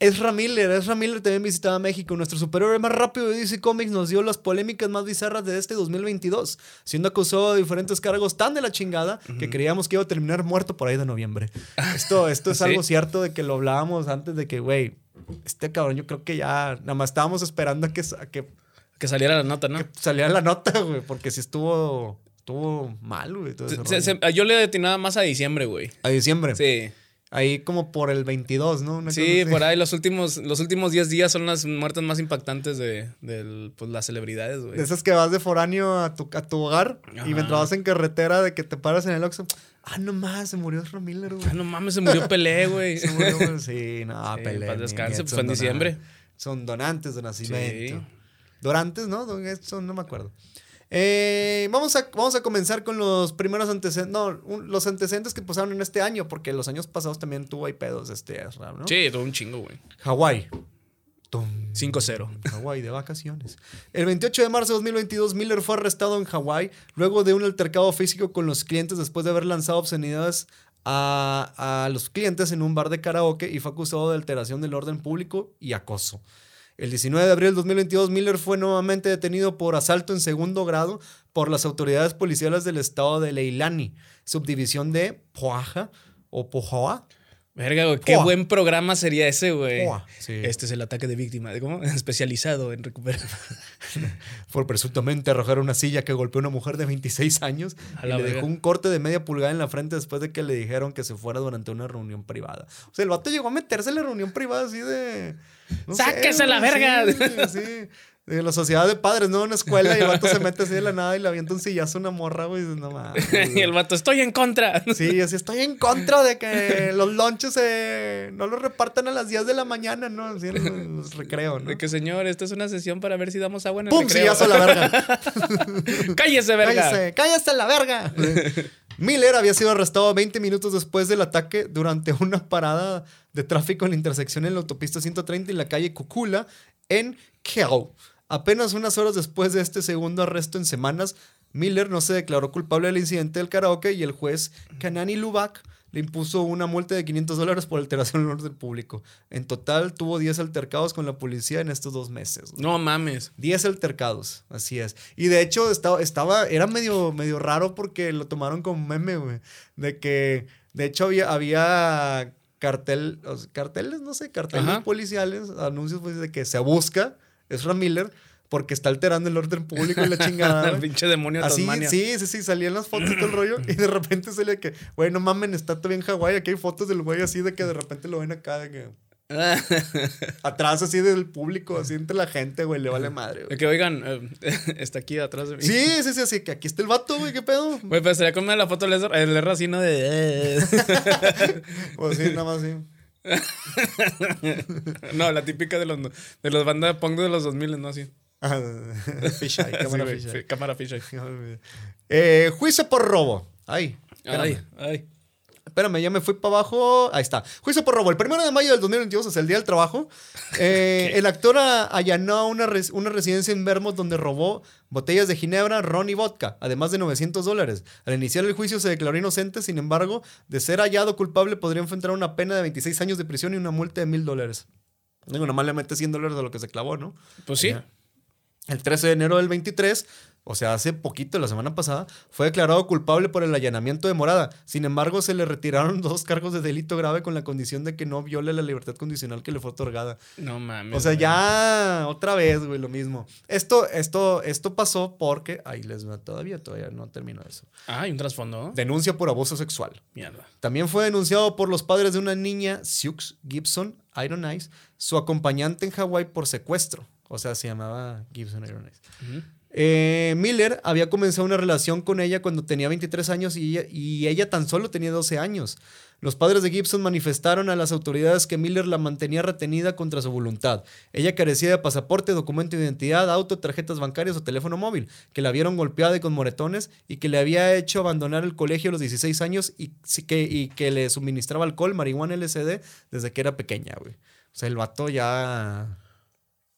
D: Ezra Miller, Ezra Miller también visitaba México. Nuestro superhéroe más rápido de DC Comics nos dio las polémicas más bizarras de este 2022, siendo acusado de diferentes cargos tan de la chingada que creíamos que iba a terminar muerto por ahí de noviembre. Esto, esto es
C: Sí.
D: algo cierto de que lo hablábamos antes de que, güey, este cabrón yo creo que ya nada más estábamos esperando a que, sa- a que
C: Que saliera la nota, ¿no?
D: saliera la nota, güey, porque si estuvo, estuvo mal, güey. todo ese
C: Se- se-
D: rollo.
C: se- yo le detinaba más a diciembre, güey.
D: A diciembre.
C: Sí.
D: Ahí como por el 22, ¿no? Una cosa
C: Sí,
D: así.
C: por ahí los últimos los últimos 10 días son las muertes más impactantes de, del, pues, las celebridades, güey.
D: De esas que vas de foráneo a tu, a tu hogar
C: Ajá.
D: y mientras vas en carretera de que te paras en el Oxxo. Ah, no más, se murió Ramírez,
C: Ah,
D: güey.
C: no mames, se murió Pelé, güey.
D: Se murió, güey. Sí, no,
C: Sí,
D: pelea.
C: paz
D: ni-
C: descanse, pues,
D: ni- son
C: fue en
D: donan-
C: diciembre.
D: Son donantes de nacimiento.
C: Sí.
D: Dorantes, ¿no? Don- Son, no me acuerdo. Eh, vamos, a, vamos a comenzar con los primeros antecedentes. No, un- los antecedentes que pasaron en este año, porque los años pasados también tuvo ahí pedos este Ezra, ¿no?
C: Sí, todo un chingo, güey.
D: Hawái. Tum.
C: 5-0.
D: Hawái de vacaciones. El 28 de marzo de 2022, Miller fue arrestado en Hawái luego de un altercado físico con los clientes después de haber lanzado obscenidades a, a los clientes en un bar de karaoke y fue acusado de alteración del orden público y acoso. El 19 de abril del 2022, Miller fue nuevamente detenido por asalto en segundo grado por las autoridades policiales del estado de Leilani, subdivisión de Poaja o Pojoa.
C: Verga, güey. Qué
D: Poa.
C: buen programa sería ese, güey.
D: Poa, sí.
C: Este es el ataque de víctima. ¿Cómo? Especializado en recuperar.
D: por presuntamente arrojar una silla que golpeó a una mujer de 26 años
C: A
D: y
C: la
D: le
C: verga.
D: dejó un corte de media pulgada en la frente después de que le dijeron que se fuera durante una reunión privada. O sea, el vato llegó a meterse en la reunión privada así de... no sé,
C: ¡Sáquese la
D: güey,
C: verga!
D: Sí, sí. De la sociedad de padres, ¿no? Una escuela y el vato se mete así de la nada y le avienta un sillazo a una morra, güey. Y dices, no mames.
C: y el vato, estoy en contra.
D: Sí, así estoy en contra de que los lonches eh, no los repartan a las 10 de la mañana, ¿no? Así en los recreos, ¿no?
C: De que, señor, esta es una sesión para ver si damos agua en el
D: ¡Pum!
C: recreo.
D: Sillazo a la verga.
C: ¡Cállese, verga!
D: Cállese, cállese a la verga. Miller había sido arrestado 20 minutos después del ataque durante una parada de tráfico en la intersección en la autopista 130 y la calle Cucula en Kew. Apenas unas horas después de este segundo arresto en semanas, Miller no se declaró culpable del incidente del karaoke y el juez Kanani Lubak le impuso una multa de 500 dólares por alteración al orden público. En total tuvo 10 altercados con la policía en estos dos meses.
C: No mames.
D: 10 altercados, así es. Y de hecho estaba, estaba era medio, medio raro porque lo tomaron como meme, güey. De que, de hecho había, había cartel, o sea, carteles, no sé, carteles
C: Ajá.
D: policiales, anuncios pues, de que se busca Ezra Miller porque está alterando el orden público y la chingada. güey.
C: Pinche demonio de
D: Así,
C: Tasmania.
D: sí, sí, sí, salían las fotos y todo el rollo y de repente salía que, güey, no mamen, está todavía en Hawái, aquí hay fotos del güey así de que de repente lo ven acá, de que Atrás así del público, así entre la gente, güey, le vale madre,
C: De
D: güey.
C: que oigan, eh, está aquí atrás de mí.
D: Sí, sí, sí, así que aquí está el vato, güey, qué pedo.
C: Güey, pero sería como la foto del Ezra- el Ezra así, ¿no? De. eh.
D: O sí, nada más así.
C: no, la típica de los, de los bandas punk de los 2000, ¿no? Así.
D: Ah, Fisheye,
C: Así,
D: cámara
C: güey,
D: fisheye.
C: sí, cámara fisheye.
D: Eh, juicio por robo. Ay. espérame.
C: Ay, ay.
D: Espérame, ya me fui para abajo. Ahí está. Juicio por robo. El 1 de mayo del 2022, o sea, el Día del Trabajo, eh, el actor a- allanó una, res- una residencia en Vermont donde robó botellas de ginebra, ron y vodka, además de 900 dólares. Al iniciar el juicio se declaró inocente, sin embargo, de ser hallado culpable podría enfrentar una pena de 26 años de prisión y una multa de 1000 dólares. Digo, nomás le mete 100 dólares a lo que se clavó, ¿no?
C: Pues sí.
D: Ajá. El 13 de enero del 23, o sea, hace poquito, la semana pasada, fue declarado culpable por el allanamiento de morada. Sin embargo, se le retiraron dos cargos de delito grave con la condición de que no viole la libertad condicional que le fue otorgada.
C: No mames.
D: O sea,
C: güey.
D: ya otra vez, güey, lo mismo. Esto, esto, esto pasó porque. Ahí les va todavía, todavía no termino eso.
C: Ah, hay un trasfondo.
D: Denuncia por abuso sexual.
C: Mierda.
D: También fue denunciado por los padres de una niña, Sioux Gibson Iron Eyes, su acompañante en Hawái por secuestro. O sea, se llamaba Gibson Iron Eyes.
C: Ujú.
D: Eh, Miller había comenzado una relación con ella cuando tenía 23 años y ella, y ella tan solo tenía 12 años. Los padres de Gibson manifestaron a las autoridades que Miller la mantenía retenida contra su voluntad. Ella carecía de pasaporte, documento de identidad, auto, tarjetas bancarias o teléfono móvil, que la vieron golpeada y con moretones y que le había hecho abandonar el colegio a los 16 años y, sí que, y que le suministraba alcohol, marihuana, LSD desde que era pequeña, güey. O sea, el vato ya...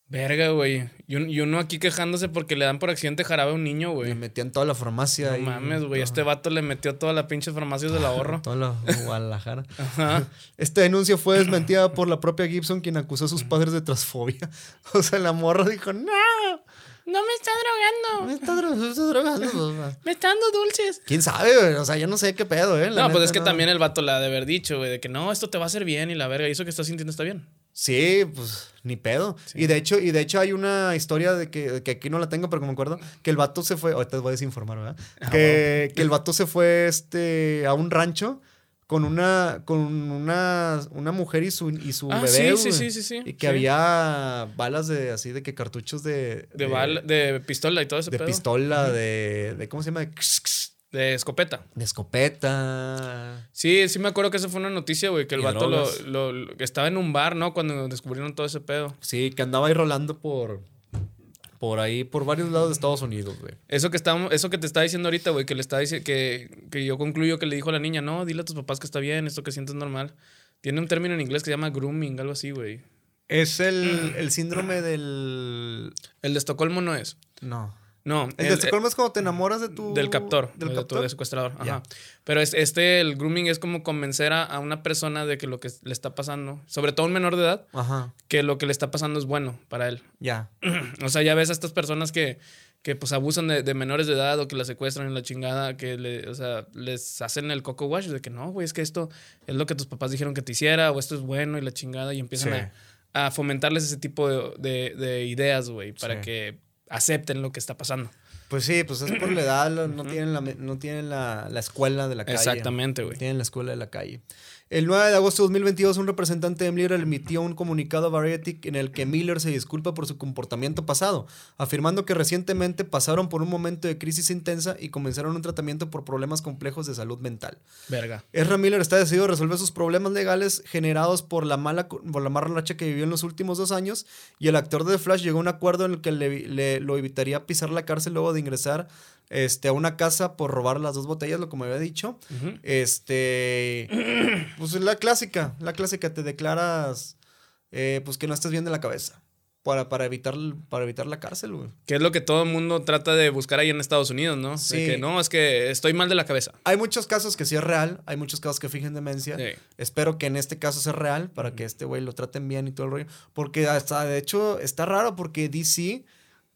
C: Verga, güey. Y, un- y uno aquí quejándose porque le dan por accidente jarabe a un niño,
D: Le
C: güey.
D: metía en toda la farmacia.
C: No
D: ahí,
C: mames, güey.
D: todo.
C: Este vato le metió todas las pinches farmacias del ahorro.
D: Toda la Guadalajara.
C: Ajá.
D: Esta denuncia Este fue desmentida por la propia Gibson, quien acusó a sus padres de transfobia. O sea, la morra dijo, no,
A: No me está drogando.
D: me está dro- me está drogando. papá".
A: Me está dando dulces.
D: ¿Quién sabe? güey? O sea, yo no sé qué pedo, ¿eh? La
C: No, pues
D: neta,
C: es que
D: no.
C: también el vato la ha de haber dicho, güey, de que no, esto te va a hacer bien y la verga. Y eso que estás sintiendo está bien.
D: Sí, pues ni pedo. Y de hecho, y de hecho hay una historia de que, que aquí no la tengo, pero que me acuerdo, que el vato se fue, ahorita te voy a desinformar, ¿verdad?
C: Ah,
D: que, que el vato se fue este, a un rancho con una, con una, una mujer y su, y su
C: Ah,
D: bebé.
C: sí, sí,
D: güey.
C: sí, sí, sí.
D: Y
C: Sí.
D: que había balas de así de que cartuchos de.
C: De, bal- de pistola y todo ese
D: de
C: pedo.
D: pistola, de, de. ¿Cómo se llama? De,
C: De escopeta.
D: de escopeta.
C: Sí, sí me acuerdo que esa fue una noticia, güey, que el
D: Y
C: vato lo,
D: drogas.
C: lo- lo- que estaba en un bar, ¿no? Cuando descubrieron todo ese pedo.
D: Sí, que andaba ahí rolando por. Por ahí, por varios lados de Estados Unidos, güey.
C: Eso que estábamos, eso que te estaba diciendo ahorita, güey, que le estaba diciendo que, que yo concluyo que le dijo a la niña, no, dile a tus papás que está bien, esto que sientes es normal. Tiene un término en inglés que se llama grooming, algo así, güey.
D: Es el, el síndrome del.
C: El de Estocolmo no es.
D: No.
C: No,
D: El, de Estocolmo es cuando te enamoras de tu.
C: Del captor, o
D: Del
C: de tu-
D: captor.
C: del secuestrador. Ajá.
D: Ya.
C: Pero es, este, el grooming es como convencer a, a una persona de que lo que le está pasando, sobre todo a un menor de edad,
D: Ajá.
C: que lo que le está pasando es bueno para él.
D: Ya.
C: O sea, ya ves a estas personas que, que pues abusan de, de menores de edad o que las secuestran en la chingada, que le, o sea, les hacen el coco wash de que no, güey, es que esto es lo que tus papás dijeron que te hiciera o esto es bueno y la chingada y empiezan
D: Sí.
C: a, a fomentarles ese tipo de, de- de ideas, güey, para
D: Sí.
C: que acepten lo que está pasando.
D: Pues sí, pues es por la edad, lo- no tienen, la, me- no tienen la, la escuela de la calle.
C: Exactamente, güey.
D: No Tienen la escuela de la calle. El 9 de agosto de 2022, un representante de Miller emitió un comunicado a Variety en el que Miller se disculpa por su comportamiento pasado, afirmando que recientemente pasaron por un momento de crisis intensa y comenzaron un tratamiento por problemas complejos de salud mental.
C: Verga.
D: Ezra Miller está decidido a resolver sus problemas legales generados por la mala co- por la mala racha que vivió en los últimos dos años y el actor de The Flash llegó a un acuerdo en el que le, le- lo evitaría pisar la cárcel luego de ingresar este, a una casa por robar las dos botellas, lo como había dicho.
C: Ujú.
D: Este, pues la clásica, la clásica, te declaras eh, pues que no estás bien de la cabeza para, para, evitar, para evitar la cárcel, güey.
C: Que es lo que todo el mundo trata de buscar ahí en Estados Unidos, ¿no? Sí.
D: Sí.
C: que no, es que estoy mal de la cabeza.
D: Hay muchos casos que sí es real, hay muchos casos que fingen demencia.
C: Sí.
D: Espero que en este caso sea real para que este güey lo traten bien y todo el rollo. Porque hasta, de hecho, está raro porque DC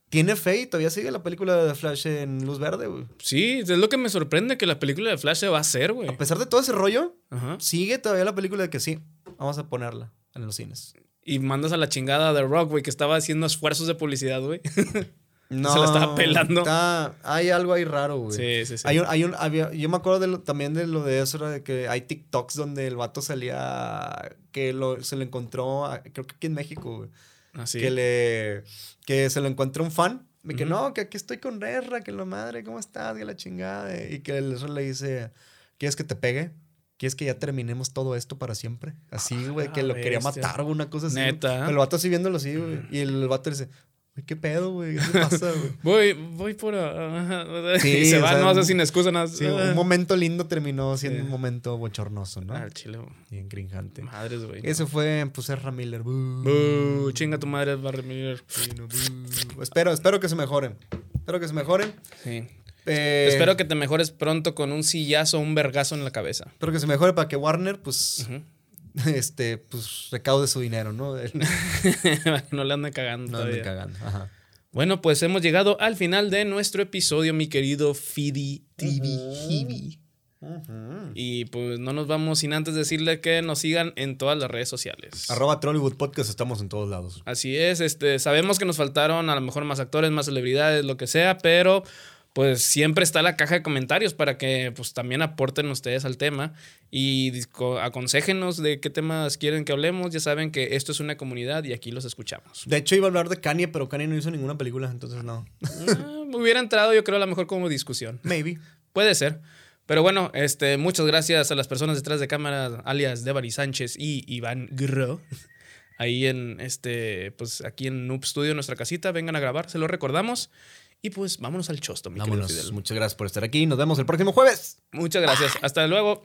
D: tiene fe y todavía sigue la película de The Flash en luz verde, güey.
C: Sí, es lo que me sorprende que la película de Flash se va a hacer, güey.
D: A pesar de todo ese rollo,
C: Ajá.
D: sigue todavía la película de que sí, vamos a ponerla en los cines.
C: Y mandas a la chingada de Rock, güey, que estaba haciendo esfuerzos de publicidad, güey. Se la estaba pelando.
D: está- hay algo ahí raro, güey.
C: Sí, sí, sí.
D: Hay un, hay un, había- yo me acuerdo de lo- también de lo de eso, era de que hay TikToks donde el vato salía, que lo, se lo encontró, a- creo que aquí en México, güey,
C: Así.
D: que, le, que se lo encontró un fan, de que
C: Ujú.
D: no, que aquí estoy con Erra, que la madre, ¿cómo estás? Que la chingada, eh, y que el Ezra le dice, ¿quieres que te pegue? ¿Quieres que ya terminemos todo esto para siempre? Así, güey,
C: la
D: que lo quería
C: Ah, bestia.
D: matar o una cosa así. güey.
C: Neta.
D: El vato así viéndolo así, güey, y el vato le dice, "Güey, ¿qué pedo, güey? ¿Qué te pasa, güey?
C: Voy, voy por. ah,
D: Sí,
C: y se
D: o
C: va,
D: sea,
C: no, o sea,
D: un-
C: sin excusa, nada. ah.
D: Sí, un momento lindo terminó siendo
C: Sí. Ah.
D: un momento bochornoso, ¿no?
C: Al chile,
D: Y encringante.
C: madres, güey.
D: Ese fue, pues, Ezra Miller. Boo.
C: Bú, chinga tu madre, Barry Miller.
D: Sí, no, boo. Espero, espero que se mejoren. Espero que se mejoren.
C: Sí.
D: Eh,
C: Espero que te mejores pronto con un sillazo o un vergazo en la cabeza.
D: espero que se mejore para que Warner, pues,
C: Ujú.
D: este, pues, recaude su dinero, ¿no? El-
C: no le anden cagando.
D: no
C: todavía.
D: anden cagando. Ajá.
C: Bueno, pues hemos llegado al final de nuestro episodio, mi querido Fidi Tibi Hibi. Y pues no nos vamos sin antes decirle que nos sigan en todas las redes sociales.
D: Arroba Trollywood Podcast, estamos en todos lados.
C: Así es, este, sabemos que nos faltaron a lo mejor más actores, más celebridades, lo que sea, pero pues siempre está la caja de comentarios para que pues también aporten ustedes al tema y disco- aconséjenos de qué temas quieren que hablemos. Ya saben que esto es una comunidad y aquí los escuchamos.
D: De hecho, iba a hablar de Kanye, pero Kanye no hizo ninguna película, entonces no.
C: Ah, hubiera entrado yo creo a lo mejor como discusión.
D: Maybe.
C: Puede ser. Pero bueno, este, muchas gracias a las personas detrás de cámara, alias Devari Sánchez y Iván Gro. Ahí en este, pues aquí en Noob Studio, en nuestra casita, vengan a grabar, se lo recordamos. Y pues vámonos al chosto, mi querido
D: Vámonos.
C: Fidel.
D: Muchas gracias por estar aquí. Nos vemos el próximo jueves.
C: Muchas gracias. Hasta luego.